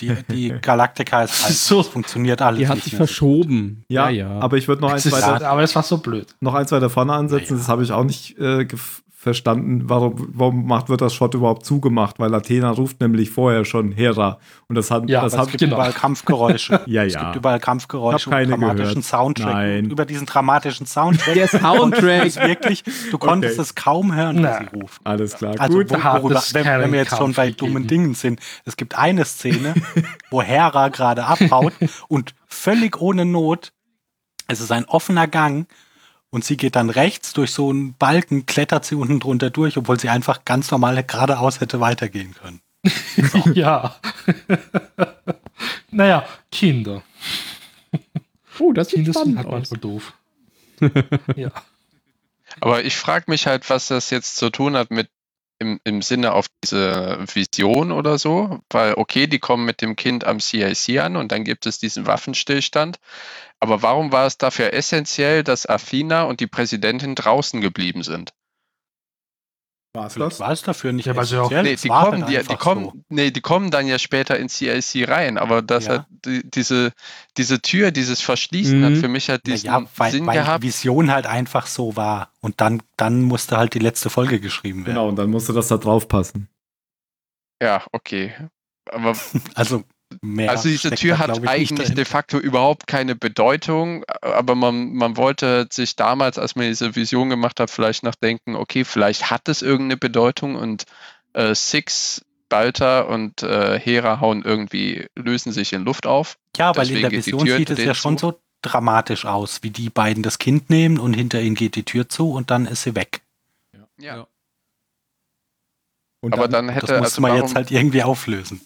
Die, die Galaktika ist
Das
alt.
ist so-
Es funktioniert alles
Die hat
nicht
sich
mehr.
verschoben.
Ja, aber ich würde noch,
Das
eins
ist,
weiter-
aber es war so blöd.
noch eins weiter vorne ansetzen. Das habe ich auch nicht äh, gef- verstanden. Warum, warum macht, wird das Shot überhaupt zugemacht? Weil Athena ruft nämlich vorher schon Hera. Und das hat.
Ja,
das
das
hat
Es gibt
Genau.
überall Kampfgeräusche.
Ja,
Es
ja.
gibt überall
Ich
Kampfgeräusche
hab keine
dramatischen
gehört.
Soundtrack.
Nein.
Und über diesen dramatischen Soundtrack.
Der Soundtrack.
konntest du es wirklich, du konntest
Okay.
es kaum hören,
Na.
was sie ruft.
alles klar.
Also,
gut.
wo,
da hat
worüber,
es
wenn, wenn
keinen
wir jetzt schon
Kampf
bei dummen
gegeben.
Dingen sind, es gibt eine Szene, wo Hera gerade abhaut und völlig ohne Not, es ist ein offener Gang und sie geht dann rechts durch so einen Balken, klettert sie unten drunter durch, obwohl sie einfach ganz normal geradeaus hätte weitergehen können.
ja. naja, Kinder.
Oh, das sieht
Kinder sind
spannend
halt
aus.
manchmal doof. ja.
Aber ich frage mich halt, was das jetzt zu tun hat mit im, im Sinne auf diese Vision oder so, weil okay, die kommen mit dem Kind am CIC an und dann gibt es diesen Waffenstillstand. Aber warum war es dafür essentiell, dass Athena und die Präsidentin draußen geblieben sind?
War es
Vielleicht
das?
war es dafür nicht
Ja, aber so-
essentiell,
Nee,
es
die
war
kommen,
halt
die, die,
einfach
kommen,
so.
nee, die kommen dann ja später in CLC rein, aber das
Ja.
hat die, diese, diese Tür, dieses Verschließen
Mhm.
hat für mich halt diesen
Ja, weil,
Sinn
weil die
gehabt.
Vision halt einfach so war. Und dann, dann musste halt die letzte Folge geschrieben werden.
Genau, und dann musste das da drauf passen.
Ja, okay. Aber
Also, mehr
also diese
steckt
Tür
da,
hat
glaub ich, nicht
eigentlich
dahinter.
de facto überhaupt keine Bedeutung, aber man, man wollte sich damals, als man diese Vision gemacht hat, vielleicht noch denken, okay, vielleicht hat es irgendeine Bedeutung und äh, Six, Balter und äh, Hera hauen irgendwie, lösen sich in Luft auf.
Ja, weil in der
Deswegen geht die
Vision
Tür
sieht es
denen
ja schon so dramatisch aus, wie die beiden das Kind nehmen und hinter ihnen geht die Tür zu und dann ist sie weg.
Ja.
Und
Aber dann
Das
hätte
musste
also
man
warum-
jetzt halt irgendwie auflösen.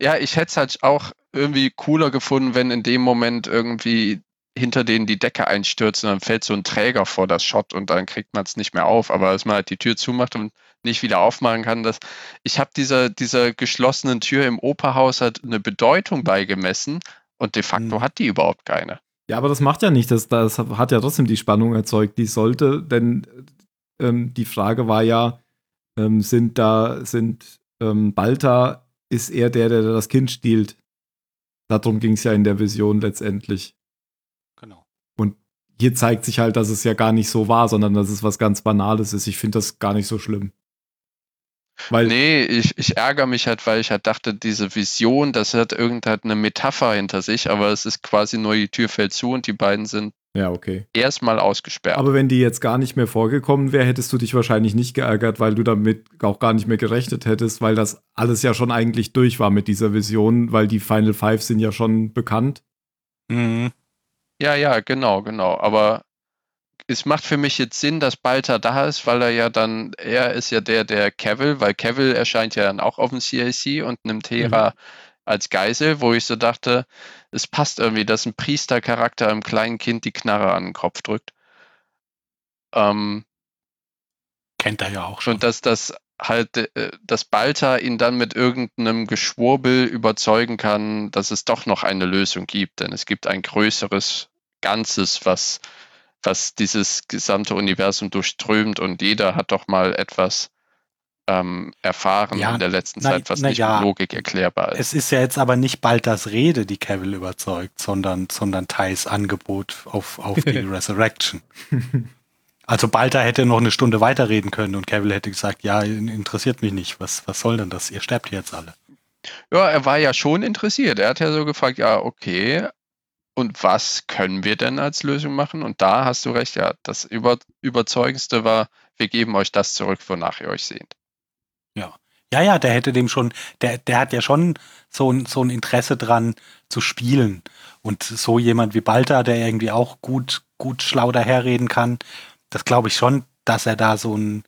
Ja, ich hätte es halt auch irgendwie cooler gefunden, wenn in dem Moment irgendwie hinter denen die Decke einstürzt und dann fällt so ein Träger vor das Shot und dann kriegt man es nicht mehr auf. Aber dass man halt die Tür zumacht und nicht wieder aufmachen kann, das. Ich habe dieser, dieser geschlossenen Tür im Operhaus halt eine Bedeutung beigemessen und de facto
Hm.
hat die überhaupt keine.
Ja, aber das macht ja nicht, das, das hat ja trotzdem die Spannung erzeugt, die sollte, denn ähm, die Frage war ja, ähm, sind da, sind ähm, Balta, ist er der, der das Kind stiehlt? Darum ging es ja in der Vision letztendlich.
Genau.
Hier zeigt sich halt, dass es ja gar nicht so war, sondern dass es was ganz Banales ist. Ich finde das gar nicht so schlimm. Weil,
Nee, ich, ich ärgere mich halt, weil ich halt dachte, diese Vision, das hat irgendeine eine Metapher hinter sich, aber es ist quasi nur die Tür fällt zu und die beiden sind
ja, okay.
erstmal ausgesperrt.
Aber wenn die jetzt gar nicht mehr vorgekommen wäre, hättest du dich wahrscheinlich nicht geärgert, weil du damit auch gar nicht mehr gerechnet hättest, weil das alles ja schon eigentlich durch war mit dieser Vision, weil die Final Five sind ja schon bekannt.
Mhm.
Ja, ja, genau, genau. Aber es macht für mich jetzt Sinn, dass Balta da ist, weil er ja dann, er ist ja der, der Cavill, weil Cavill erscheint ja dann auch auf dem CIC und nimmt Hera als Geisel, wo ich so dachte, es passt irgendwie, dass ein Priestercharakter einem kleinen Kind die Knarre an den Kopf drückt. Ähm,
Kennt er ja auch schon.
und dass das halt, äh, dass Balta ihn dann mit irgendeinem Geschwurbel überzeugen kann, dass es doch noch eine Lösung gibt, denn es gibt ein größeres Ganzes, was, was dieses gesamte Universum durchströmt und jeder hat doch mal etwas ähm, erfahren
Ja,
in der letzten
na-
Zeit, was
na
nicht
ja.
mit Logik erklärbar ist.
Es ist ja jetzt aber nicht Balthas Rede, die Cavill überzeugt, sondern, sondern Thais Angebot auf, auf die Resurrection. Also Balthar hätte noch eine Stunde weiterreden können und Cavill hätte gesagt, ja, in- interessiert mich nicht, was, was soll denn das? Ihr sterbt jetzt alle.
Ja, er war ja schon interessiert. Er hat ja so gefragt, ja, okay, und was können wir denn als Lösung machen? Und da hast du recht, ja, das über, Überzeugendste war, wir geben euch das zurück, wonach ihr euch sehnt.
Ja, ja, der hätte dem schon, der, der hat ja schon so ein, so ein Interesse dran zu spielen. Und so jemand wie Balta, der irgendwie auch gut, gut schlau daherreden kann, das glaube ich schon, dass er da so ein,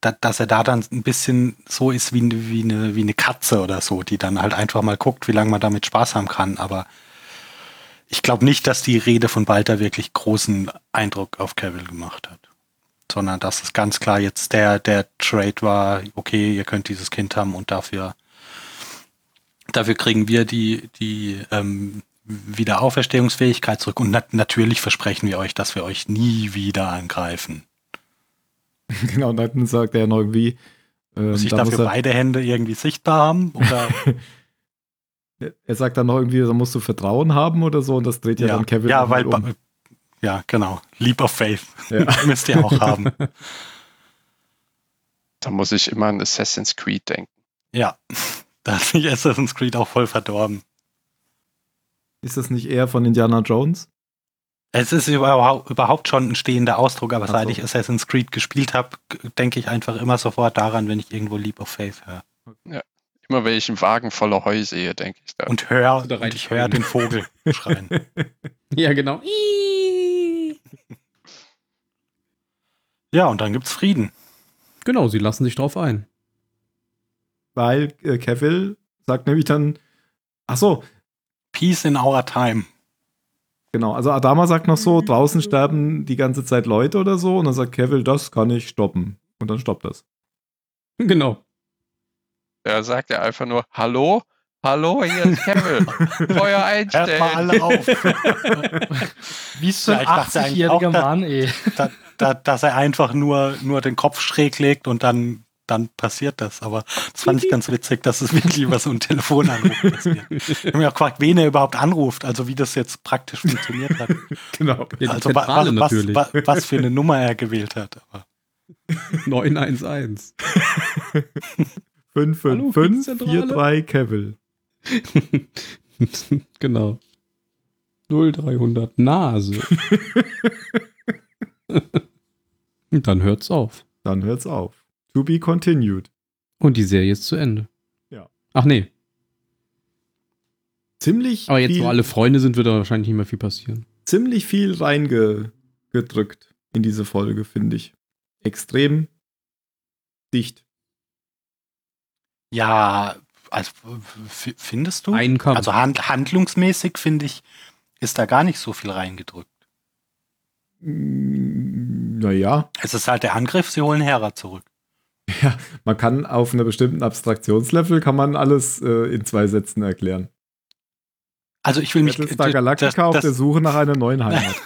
da, dass er da dann ein bisschen so ist wie, ne- wie, eine, wie eine Katze oder so, die dann halt einfach mal guckt, wie lange man damit Spaß haben kann. Aber ich glaube nicht, dass die Rede von Balta wirklich großen Eindruck auf Cavill gemacht hat sondern dass es ganz klar jetzt der, der Trade war, okay, ihr könnt dieses Kind haben und dafür, dafür kriegen wir die, die ähm, Wiederauferstehungsfähigkeit zurück und nat natürlich versprechen wir euch, dass wir euch nie wieder angreifen.
genau, und dann sagt er noch irgendwie, ähm,
Muss ich
da muss
dafür
er,
beide Hände irgendwie sichtbar haben? Oder?
er sagt dann noch irgendwie, da musst du Vertrauen haben oder so und das dreht ja, dann Kevin
ja, weil,
um.
ba- ja, genau. Leap of Faith
Ja.
müsst ihr auch haben.
Da muss ich immer an Assassin's Creed denken.
Ja, da hat sich Assassin's Creed auch voll verdorben.
Ist das nicht eher von Indiana Jones?
Es ist überhaupt, überhaupt schon ein stehender Ausdruck, aber
Ach
seit
so.
ich Assassin's Creed gespielt habe, g- denke ich einfach immer sofort daran, wenn ich irgendwo Leap of Faith höre.
Immer wenn ich einen Wagen voller Heu sehe, denke ich da.
Und höre,
Da rein-
und ich höre den Vogel schreien.
Ja, genau.
Ja, und dann gibt's Frieden.
Genau, sie lassen sich drauf ein.
Weil äh, Cavill sagt nämlich dann, ach so,
Peace in our time.
Genau, also Adama sagt noch so, draußen sterben die ganze Zeit Leute oder so und dann sagt Cavill, das kann ich stoppen. Und dann stoppt das.
Genau.
da sagt er einfach nur, hallo, hallo, hier ist Kevin. Feuer
Hört mal
einstellen.
alle auf.
Wie so
Ja,
ein
ich dachte eigentlich auch,
80-jähriger
dass-
Mann, ey.
da, da, dass er einfach nur, nur den Kopf schräg legt und dann, dann passiert das. Aber das fand ich ganz witzig, dass es wirklich über so einen Telefonanruf passiert. Ich habe mich auch gefragt, wen er überhaupt anruft, also wie das jetzt praktisch funktioniert hat.
Genau.
Ja, die
Also wa-
Zentrale
was, was,
natürlich.
wa- was für eine Nummer er gewählt hat. Aber
911.
5,
Hallo,
5, 5,
Kriegszentrale.
4, 3, Kevil.
genau. 0300 Nase. Und dann hört's auf.
Dann hört's auf. To be continued.
Und die Serie ist zu Ende.
Ja.
Ach nee,
Ziemlich
aber jetzt,
viel,
wo alle Freunde sind, wird da wahrscheinlich nicht mehr viel passieren.
ziemlich viel reingedrückt in diese Folge, finde ich. Extrem dicht.
ja, also f- findest du?
Einen Kampf.
Also hand, handlungsmäßig finde ich, ist da gar nicht so viel reingedrückt.
Hm, Naja,
Es ist halt der Angriff, sie holen Hera zurück.
man kann auf einer bestimmten Abstraktionslevel kann man alles äh, in zwei Sätzen erklären.
Also ich will mich
Battlestar Galactica auf
das,
der
das,
Suche nach einer neuen Heimat.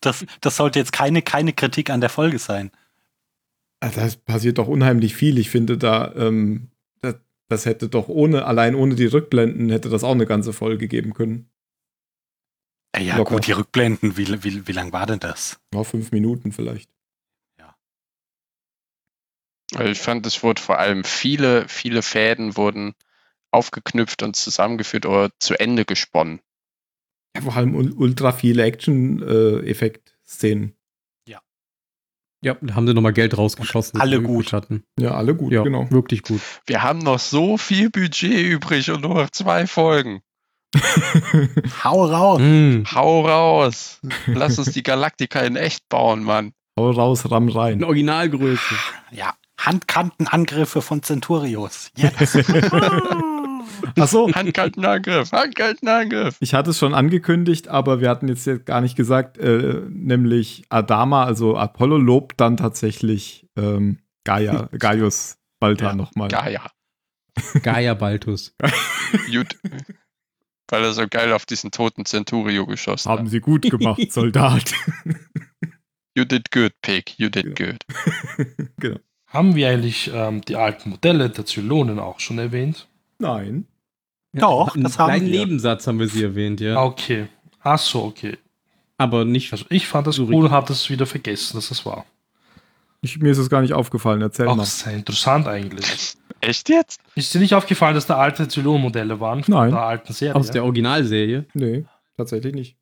das, das sollte jetzt keine, keine Kritik an der Folge sein.
Also das passiert doch unheimlich viel. Ich finde da, ähm, das, das hätte doch ohne, allein ohne die Rückblenden hätte das auch eine ganze Folge geben können.
Äh, Ja,
Locker.
gut, die Rückblenden, wie, wie, wie lang war denn das?
Ja, fünf Minuten vielleicht.
Also ich fand, es wurde vor allem viele, viele Fäden wurden aufgeknüpft und zusammengeführt oder zu Ende gesponnen.
Ja, vor allem ul- ultra viele äh, Action-Effekt-Szenen.
Ja, da haben sie nochmal Geld rausgeschossen.
Alle
dass wir
gut.
übrig Hatten.
ja, alle gut,
ja,
genau.
wirklich gut.
Wir haben noch so viel Budget übrig und nur noch zwei Folgen.
Hau raus!
Mm.
Hau raus! Lass uns die Galaktika in echt bauen, Mann.
Hau raus, ramm rein.
In Originalgröße.
Ja, Handkantenangriffe von Centurios. Jetzt.
Ach so,
Handkalten Angriff, handkalten Angriff.
ich hatte es schon angekündigt, aber wir hatten jetzt, jetzt gar nicht gesagt, äh, nämlich Adama, also Apollo, lobt dann tatsächlich ähm, Gaia, Gaius Balta
Ja,
nochmal.
Gaia.
Gaia Baltus.
Gut. Weil er so geil auf diesen toten Centurio geschossen
Haben
hat.
sie gut gemacht, Soldat.
You did good, Pig. You did good.
genau.
Haben wir eigentlich ähm, die alten Modelle der Zylonen auch schon erwähnt?
Nein.
Doch,
Einen
das haben
kleinen
wir.
Nebensatz haben wir sie erwähnt, ja.
Okay. Ach so, okay.
Aber nicht.
Also ich fand das
So
cool und habe das wieder vergessen, dass das war.
Ich, mir ist es gar nicht aufgefallen, erzähl
Ach,
mal.
das ist ja interessant eigentlich.
Echt jetzt?
Ist dir nicht aufgefallen, dass da alte Zylon-Modelle waren? Von
Nein.
Der alten Serie?
Aus der Originalserie.
Nee, tatsächlich nicht.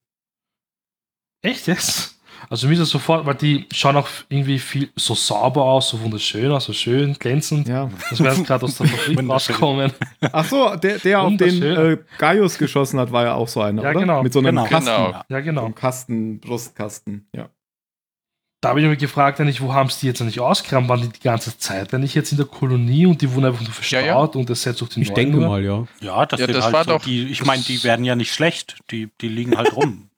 Echt jetzt? Also mir ist das sofort, weil die schauen auch irgendwie viel so sauber aus, so wunderschön aus, so schön, glänzend.
Ja.
Das wäre jetzt gerade aus der Fabrik
Wunderschön.
rauskommen.
Ach so, der, der auf den
Wunderschön.
äh, Gaius geschossen hat, war ja auch so einer,
Ja,
oder?
genau.
Mit so einem
Genau.
Kasten.
Genau.
Ja.
Ja,
So
genau.
einem Kasten, Brustkasten, ja.
Da habe ich mich gefragt, eigentlich, wo haben sie die jetzt eigentlich ausgegraben? Waren die die ganze Zeit eigentlich jetzt in der Kolonie und die wurden einfach nur
Ja,
verstaut
ja.
und ersetzt durch den
Ich denke
nur?
mal, ja.
Ja, das,
Ja,
sind
das
halt
war
so
doch-
Die, ich meine, die werden ja nicht schlecht. Die, die liegen halt rum.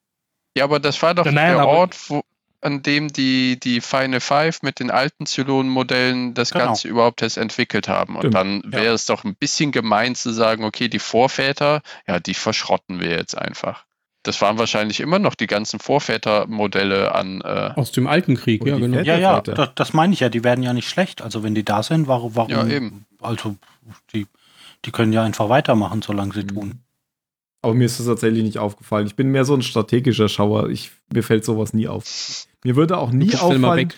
Ja, aber das war doch
Ja, nein,
der
aber-
Ort, wo, an dem die, die Final Five mit den alten Zylon-Modellen das
Genau.
Ganze überhaupt erst entwickelt haben. Und
Stimmt,
dann wäre es doch ein bisschen gemein zu sagen, okay, die Vorväter, ja, die verschrotten wir jetzt einfach. Das waren wahrscheinlich immer noch die ganzen Vorvätermodelle an. Äh,
Aus dem alten Krieg,
Und
ja,
die
genau.
Fett-
ja, ja,
Alter.
das, das meine ich ja. Die werden ja nicht schlecht. Also wenn die da sind, warum? warum
Ja, eben.
Also die, die können ja einfach weitermachen, solange
Mhm.
sie tun.
Mhm. Aber mir ist das tatsächlich nicht aufgefallen. Ich bin mehr so ein strategischer Schauer. Ich, mir fällt sowas nie auf. Mir würde auch nie
Ich stell
auffallen.
mal weg.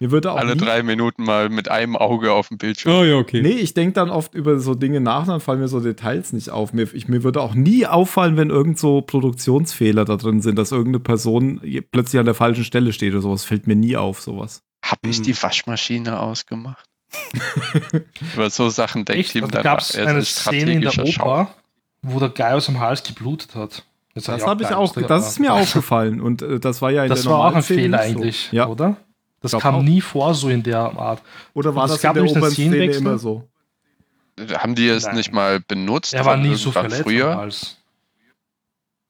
Mir würde auch
alle
nie,
drei Minuten mal mit einem Auge auf dem Bildschirm.
Oh, ja, okay.
Nee, ich denke dann oft über so Dinge nach, dann fallen mir so Details nicht auf. Mir, ich, mir würde auch nie auffallen, wenn irgend so Produktionsfehler da drin sind, dass irgendeine Person je- plötzlich an der falschen Stelle steht oder sowas. Fällt mir nie auf, sowas.
Hab ich
Hm.
die Waschmaschine ausgemacht? Über so Sachen denkt
Echt?
ihm
Also
dann
gab es eine Szene in der Oper, wo der Gaius am Hals geblutet hat. Jetzt
Das habe ich auch,
Gaius,
das ist mir
aber-
aufgefallen und äh, das war ja in
Das
der
war auch ein
Normalszene
Fehler
nicht so.
eigentlich,
Ja.
oder? Das
Glaub
kam
auch.
nie vor, so in der Art.
Oder war
Und es
das
gab
in der
nämlich einen
Opernszene
Szenenwechsel.
immer so?
Haben die es
Nein.
nicht mal benutzt?
Er war
von
nie so
irgendwann
verletzt
früher?
am Hals.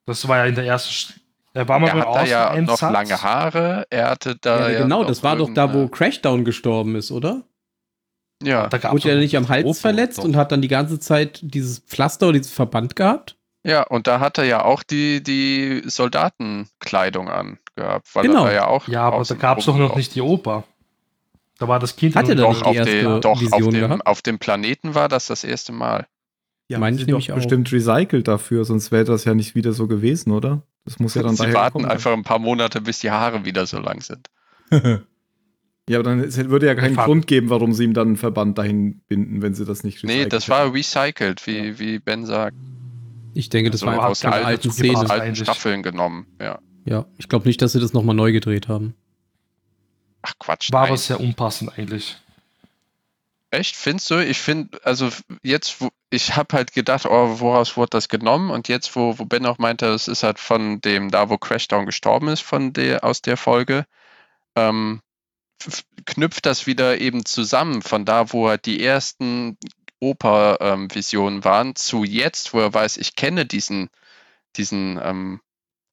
Das war ja in der ersten. Sch- Er war mal
er
beim
hat da ja noch
Außeneinsatz.
lange Haare. Er hatte da.
Ja,
Ja,
genau,
noch
das war doch da, wo
irgendeine-
Crashdown gestorben ist, oder?
Ja,
Da gab's
Wurde er
auch-
nicht am Hals
Opa und
verletzt
so.
und hat dann die ganze Zeit dieses Pflaster oder dieses Verband gehabt?
ja, und da hat er ja auch die, die Soldatenkleidung an. gehabt, weil
Genau.
er da ja auch.
Ja, aber da
außen
gab es doch noch
rumgelaufen
nicht die Oper. Da war das Kind
Hatte
ja noch
der
Doch,
nicht.
die
auf,
erste
den, doch auf,
Vision
dem,
ne?
gehabt?
auf dem Planeten war das das erste Mal.
Ja,
Meine
haben sie
ich
doch
nämlich auch.
bestimmt recycelt dafür, sonst wäre das ja nicht wieder so gewesen, oder? Das muss ja dann
Sie
daher
warten
gekommen sein.
einfach ein paar Monate, bis die Haare wieder so lang sind.
Ja, aber dann es würde ja keinen
Faden.
Grund geben, warum sie ihm dann einen Verband dahin binden, wenn sie das nicht
Nee, das
recyceln.
war recycelt, wie, wie Ben sagt.
Ich denke, das
Also
war einfach
aus
von
alten-
alten
Szene.
aus
Szenen.
alten
eigentlich.
Staffeln genommen. Ja.
Ja, ich glaube nicht, dass sie das nochmal neu gedreht haben.
Ach Quatsch.
War
nein.
aber sehr unpassend eigentlich.
Echt? Findest du? Ich finde, also jetzt, wo, ich habe halt gedacht, oh, woraus wurde das genommen? Und jetzt, wo, wo Ben auch meinte, es ist halt von dem, da wo Crashdown gestorben ist, von der, aus der Folge, ähm, f- knüpft das wieder eben zusammen, von da, wo halt die ersten Oper-Visionen waren, zu jetzt, wo er weiß, ich kenne diesen, diesen ähm,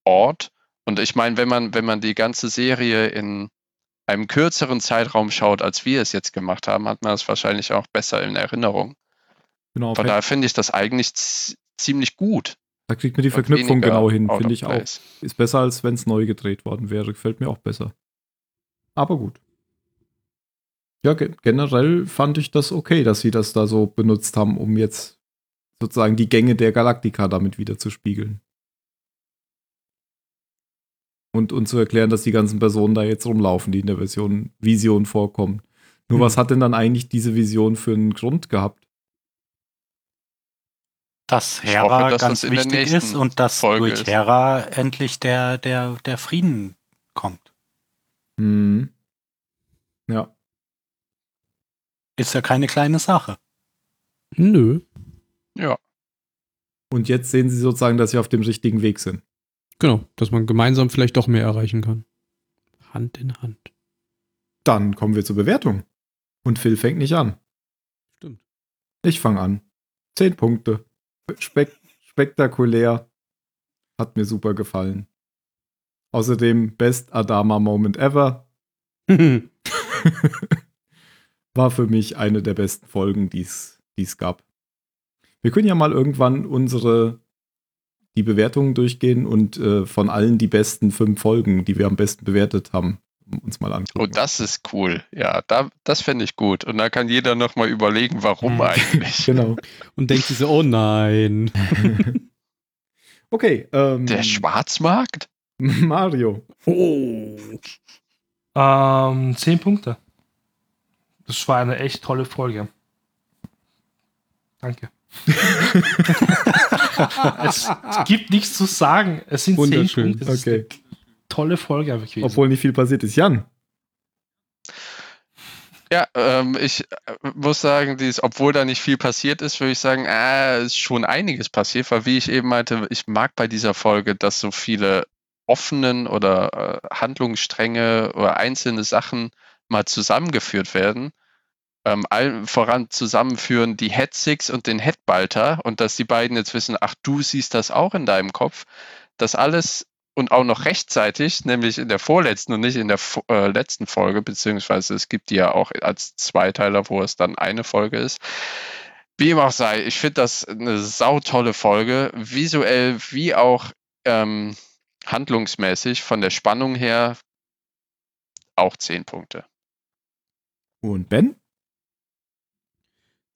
Ort. Und ich meine, wenn man, wenn man die ganze Serie in einem kürzeren Zeitraum schaut, als wir es jetzt gemacht haben, hat man das wahrscheinlich auch besser in Erinnerung.
Genau,
Von daher finde ich das eigentlich z- ziemlich gut.
da kriegt man die
und
Verknüpfung
weniger
genau hin,
out
finde
of
ich auch.
place.
Ist besser, als wenn es neu gedreht worden wäre. Gefällt mir auch besser. Aber gut. Ja, ge generell fand ich das okay, dass sie das da so benutzt haben, um jetzt sozusagen die Gänge der Galaktika damit wieder zu spiegeln. Und, und zu erklären, dass die ganzen Personen da jetzt rumlaufen, die in der Version Vision vorkommen. Nur was hat denn dann eigentlich diese Vision für einen Grund gehabt?
dass
Ich
Hera
hoffe, dass
ganz
das in der
wichtig
nächsten
ist und dass
Folge
durch
ist.
Hera endlich der, der, der Frieden kommt.
Hm. Ja.
Ist ja keine kleine Sache.
Nö.
Und jetzt sehen sie sozusagen, dass sie auf dem richtigen Weg sind.
Genau, dass man gemeinsam vielleicht doch mehr erreichen kann. Hand in Hand.
Dann kommen wir zur Bewertung. Und Phil fängt nicht an.
Stimmt.
Ich fange an. Zehn Punkte. Spek spektakulär. Hat mir super gefallen. Außerdem Best Adama Moment Ever. War für mich eine der besten Folgen, die es die es gab. Wir können ja mal irgendwann unsere die Bewertungen durchgehen und äh, von allen die besten fünf Folgen, die wir am besten bewertet haben, uns mal angucken.
Oh, das ist cool. Ja, da, das finde ich gut. Und da kann jeder nochmal überlegen, warum
Mhm.
eigentlich.
Hm. genau.
Und denkt sich so, oh nein.
okay. Ähm,
Der Schwarzmarkt?
Mario.
Oh.
Ähm, zehn Punkte. Das war eine echt tolle Folge. Danke. es, es gibt nichts zu sagen. Es sind zehn
Wunderschön.
Punkte. Es
Okay.
ist eine tolle Folge einfach gewesen.
Obwohl nicht viel passiert ist. Jan.
Ja, ähm, ich äh, muss sagen, dies, obwohl da nicht viel passiert ist, würde ich sagen, äh, ist schon einiges passiert, weil wie ich eben meinte, ich mag bei dieser Folge, dass so viele offenen oder äh, Handlungsstränge oder einzelne Sachen mal zusammengeführt werden. Ähm, allen voran zusammenführen die Head Six und den Headbalter und dass die beiden jetzt wissen, ach, du siehst das auch in deinem Kopf. Das alles und auch noch rechtzeitig, nämlich in der vorletzten und nicht in der vo- äh, letzten Folge, beziehungsweise es gibt die ja auch als Zweiteiler, wo es dann eine Folge ist. Wie ihm auch sei, ich finde das eine sautolle Folge, visuell wie auch ähm, handlungsmäßig, von der Spannung her auch 10 Punkte.
Und Ben.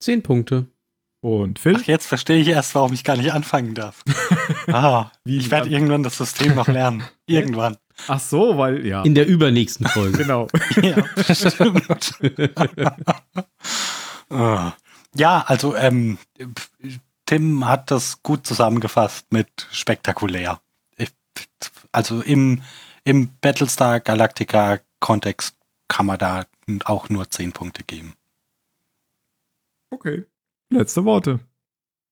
Zehn Punkte.
Und Phil.
Ach, jetzt verstehe ich erst, warum ich gar nicht anfangen darf. ah,
Wie
ich werde
dann?
irgendwann das System noch lernen. Irgendwann.
Ach so, weil, ja.
In der übernächsten Folge.
Genau.
ja, stimmt. Ah. ja, also ähm, Tim hat das gut zusammengefasst mit spektakulär. Ich, also im, im Battlestar Galactica Kontext kann man da auch nur 10 Punkte geben.
Okay. Letzte Worte.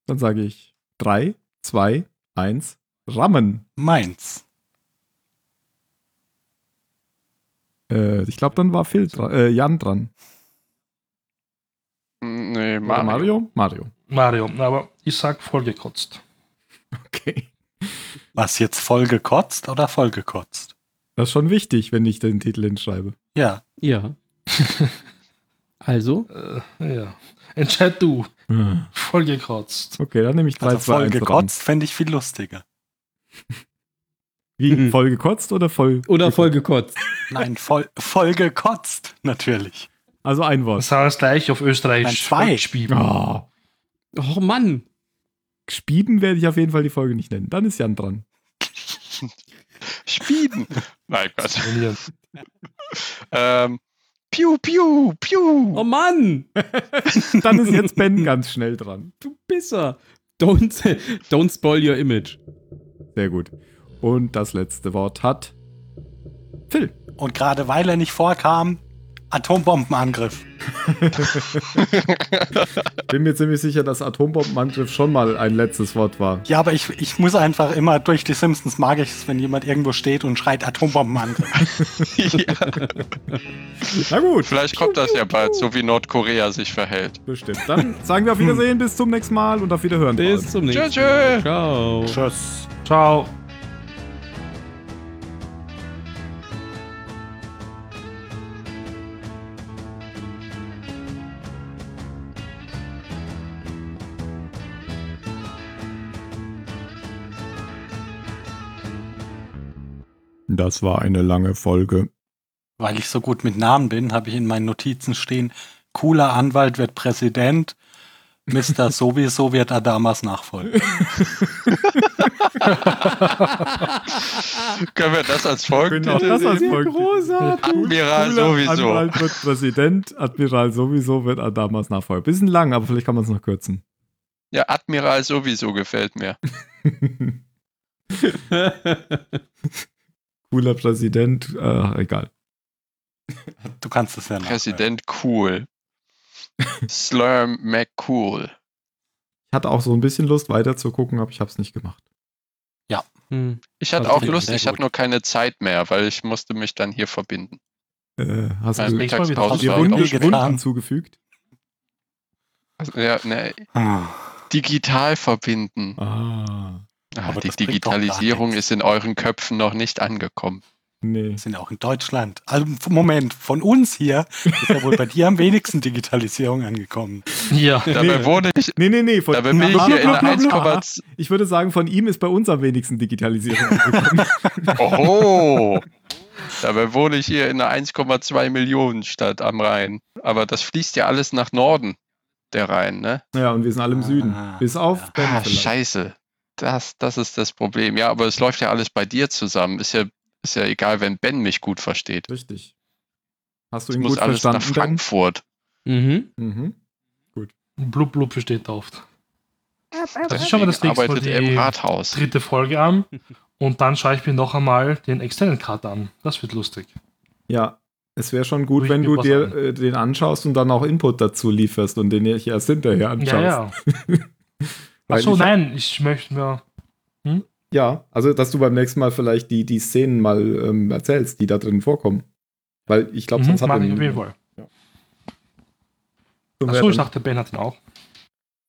Dann sage ich 3, 2, 1, Rammen.
Meins.
Äh, ich glaube, dann war Phil dran, äh, Jan dran.
Mm, Nee,
Oder
Mario.
Mario? Mario.
Mario, aber ich sag vollgekotzt.
Okay.
Was jetzt voll gekotzt oder voll gekotzt?
Das ist schon wichtig, wenn ich den Titel hinschreibe.
Ja,
Ja. Also,
Äh, ja. Entscheid du. Vollgekotzt.
Okay, dann nehme ich 3,
also
2, 1,
voll
Rammen.
gekotzt fände ich viel lustiger.
Wie
Mhm.
voll gekotzt oder voll?
Oder voll gekotzt.
Nein, voll, voll gekotzt, natürlich.
Also ein Wort.
Das war das gleich auf
Nein,
Österreichisch.
zwei.
Spielen.
Oh.
Oh Mann.
Gespieben werde ich auf jeden Fall die Folge nicht nennen. Dann ist Jan dran.
Spieden. Nein, Gott. Ähm, piu, piu, piu.
Oh Mann.
Dann ist jetzt Ben ganz schnell dran.
Du Pisser. Don't, don't spoil your image.
Sehr gut. Und das letzte Wort hat Phil.
Und gerade weil er nicht vorkam, Atombombenangriff.
Bin mir ziemlich sicher, dass Atombombenangriff schon mal ein letztes Wort war.
Ja, aber ich, ich muss einfach immer durch die Simpsons mag ich es, wenn jemand irgendwo steht und schreit Atombombenangriff.
ja,
Na gut,
vielleicht kommt das ja bald, so wie Nordkorea sich verhält.
bestimmt. Dann sagen wir auf Wiedersehen, bis zum nächsten Mal und auf Wiederhören.
Bis zum nächsten
Tschüss,
Mal.
tschüss.
Ciao.
Tschüss.
Ciao.
Das war eine lange Folge.
Weil ich so gut mit Namen bin, habe ich in meinen Notizen stehen, cooler Anwalt wird Präsident, Mr. Sowieso wird Adamas Nachfolger.
Können wir das als Folge?
Genau, das als Folge. Großartig.
Admiral sowieso.
Admiral wird Präsident, Admiral sowieso wird Adamas Nachfolger. Bisschen lang, aber vielleicht kann man es noch kürzen.
Ja, Admiral sowieso gefällt mir.
Cooler Präsident, äh, egal.
Du kannst es ja nachhören.
Präsident cool. Slurm McCool.
Ich hatte auch so ein bisschen Lust weiter zu gucken, aber ich habe es nicht gemacht.
Hm.
Ich hatte
Das
auch
klingt
Lust,
Also sehr
ich hatte
gut.
nur keine Zeit mehr, weil ich musste mich dann hier verbinden.
Äh, hast
Also
du
nächstes Mal wieder
Mittagspause
die
war
Runde
auch
Wunden,
schon-
getan.
Wunden zugefügt?
Ja, ne,
Ah.
digital verbinden.
Ah,
Ah,
aber
die
das bringt doch gar
Digitalisierung
nichts.
ist in euren Köpfen noch nicht angekommen.
nee.
Wir sind ja auch in Deutschland. Also, Moment, von uns hier ist ja wohl bei dir am wenigsten Digitalisierung angekommen.
Ja.
Dabei wurde ich,
Nee, nee, nee. Von,
dabei bin ich
Blablabla.
hier in der 1,2.
Ich würde sagen, von ihm ist bei uns am wenigsten Digitalisierung angekommen.
Oho! Dabei wohne ich hier in einer 1,2 Millionen Stadt am Rhein. Aber das fließt ja alles nach Norden, der Rhein, ne?
ja, und wir sind alle im Süden.
Ah,
Bis auf
ja.
Ben
Ah,
vielleicht.
scheiße. Das, das ist das Problem. Ja, aber es läuft ja alles bei dir zusammen. Ist ja, ist ja egal, wenn Ben mich gut versteht.
Richtig. Hast du
Es
ihn
muss
gut
alles nach
verstanden? Ben?
Frankfurt.
Mhm.
Mhm.
Blub, blub versteht oft. Also schauen wir das nächste
Deswegen
Mal
arbeitet er
die
im Rathaus.
dritte Folge an und dann schaue ich mir noch einmal den externen Cut an. Das wird lustig.
Ja, es wäre schon gut,
Ruhig
wenn
mir
du
was
dir
an.
äh, den anschaust und dann auch Input dazu lieferst und den ich erst hinterher anschaust.
Ja, ja.
Weil
Achso,
ich-
nein, ich möchte mir.
Ja, also dass du beim nächsten Mal vielleicht die, die Szenen mal ähm, erzählst, die da drin vorkommen. Weil ich glaube,
Mhm,
sonst hat
mache
er-
ich auf jeden Fall.
Sonst
Achso,
wäre
ich
dann-
dachte, Ben hat ihn auch.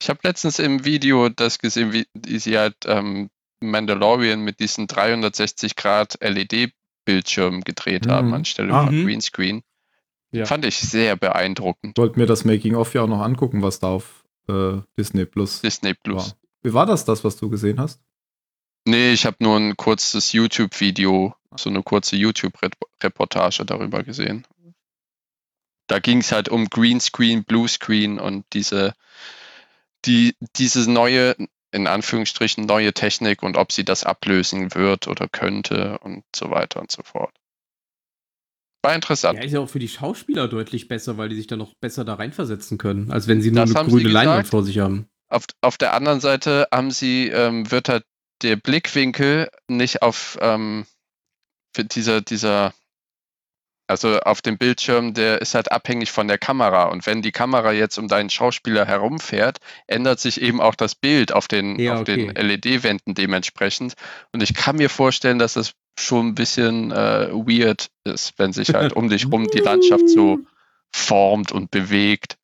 Ich habe letztens im Video das gesehen, wie die sie halt ähm, Mandalorian mit diesen 360 Grad LED-Bildschirmen gedreht
Mhm.
haben anstelle
Ah.
von
Mhm.
Greenscreen.
Ja.
Fand ich sehr beeindruckend.
wollte mir das Making of ja auch noch angucken, was da auf äh, Disney Plus
Disney Plus.
war. Wie war das, das, was du gesehen hast?
Nee, ich habe nur ein kurzes YouTube-Video, so eine kurze YouTube-Reportage darüber gesehen. Da ging es halt um Greenscreen, Bluescreen und diese, die, diese neue, in Anführungsstrichen, neue Technik und ob sie das ablösen wird oder könnte und so weiter und so fort. War interessant.
Ja, ist ja auch für die Schauspieler deutlich besser, weil die sich dann noch besser da reinversetzen können, als wenn sie nur
Das
eine
haben
grüne
sie gesagt.
Leinwand vor sich haben.
Auf, auf der anderen Seite haben sie, ähm, wird halt der Blickwinkel nicht auf ähm, für dieser, dieser, also auf dem Bildschirm, der ist halt abhängig von der Kamera. Und wenn die Kamera jetzt um deinen Schauspieler herumfährt, ändert sich eben auch das Bild auf den,
Ja,
auf den
okay.
LED-Wänden dementsprechend. Und ich kann mir vorstellen, dass das schon ein bisschen äh, weird ist, wenn sich halt um dich rum die Landschaft so formt und bewegt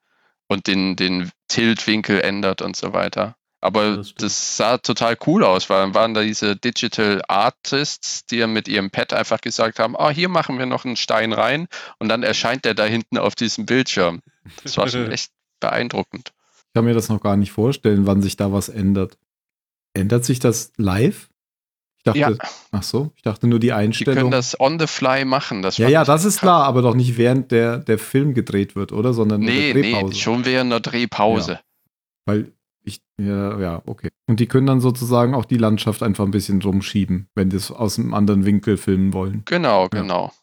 und den, den Tiltwinkel ändert und so weiter. Aber
Ja, das
das,
stimmt.
sah total cool aus, weil dann waren da diese Digital Artists, die ja mit ihrem Pad einfach gesagt haben, ah, hier machen wir noch einen Stein rein und dann erscheint der da hinten auf diesem Bildschirm. Das war schon echt beeindruckend.
Ich kann mir das noch gar nicht vorstellen, wann sich da was ändert. Ändert sich das live? Ich dachte,
Ja.
ach so, ich dachte nur die
Die können
Einstellung.
das on the fly machen. Das
ja,
fand
ja,
ich
das ist
krass.
klar, aber doch nicht während der, der Film gedreht wird, oder? Sondern in
Nee,
der Drehpause.
nee, schon während der Drehpause.
Weil ich, ja, ja, okay. Und die können dann sozusagen auch die Landschaft einfach ein bisschen rumschieben, wenn die es aus einem anderen Winkel filmen wollen.
Genau,
Ja.
genau.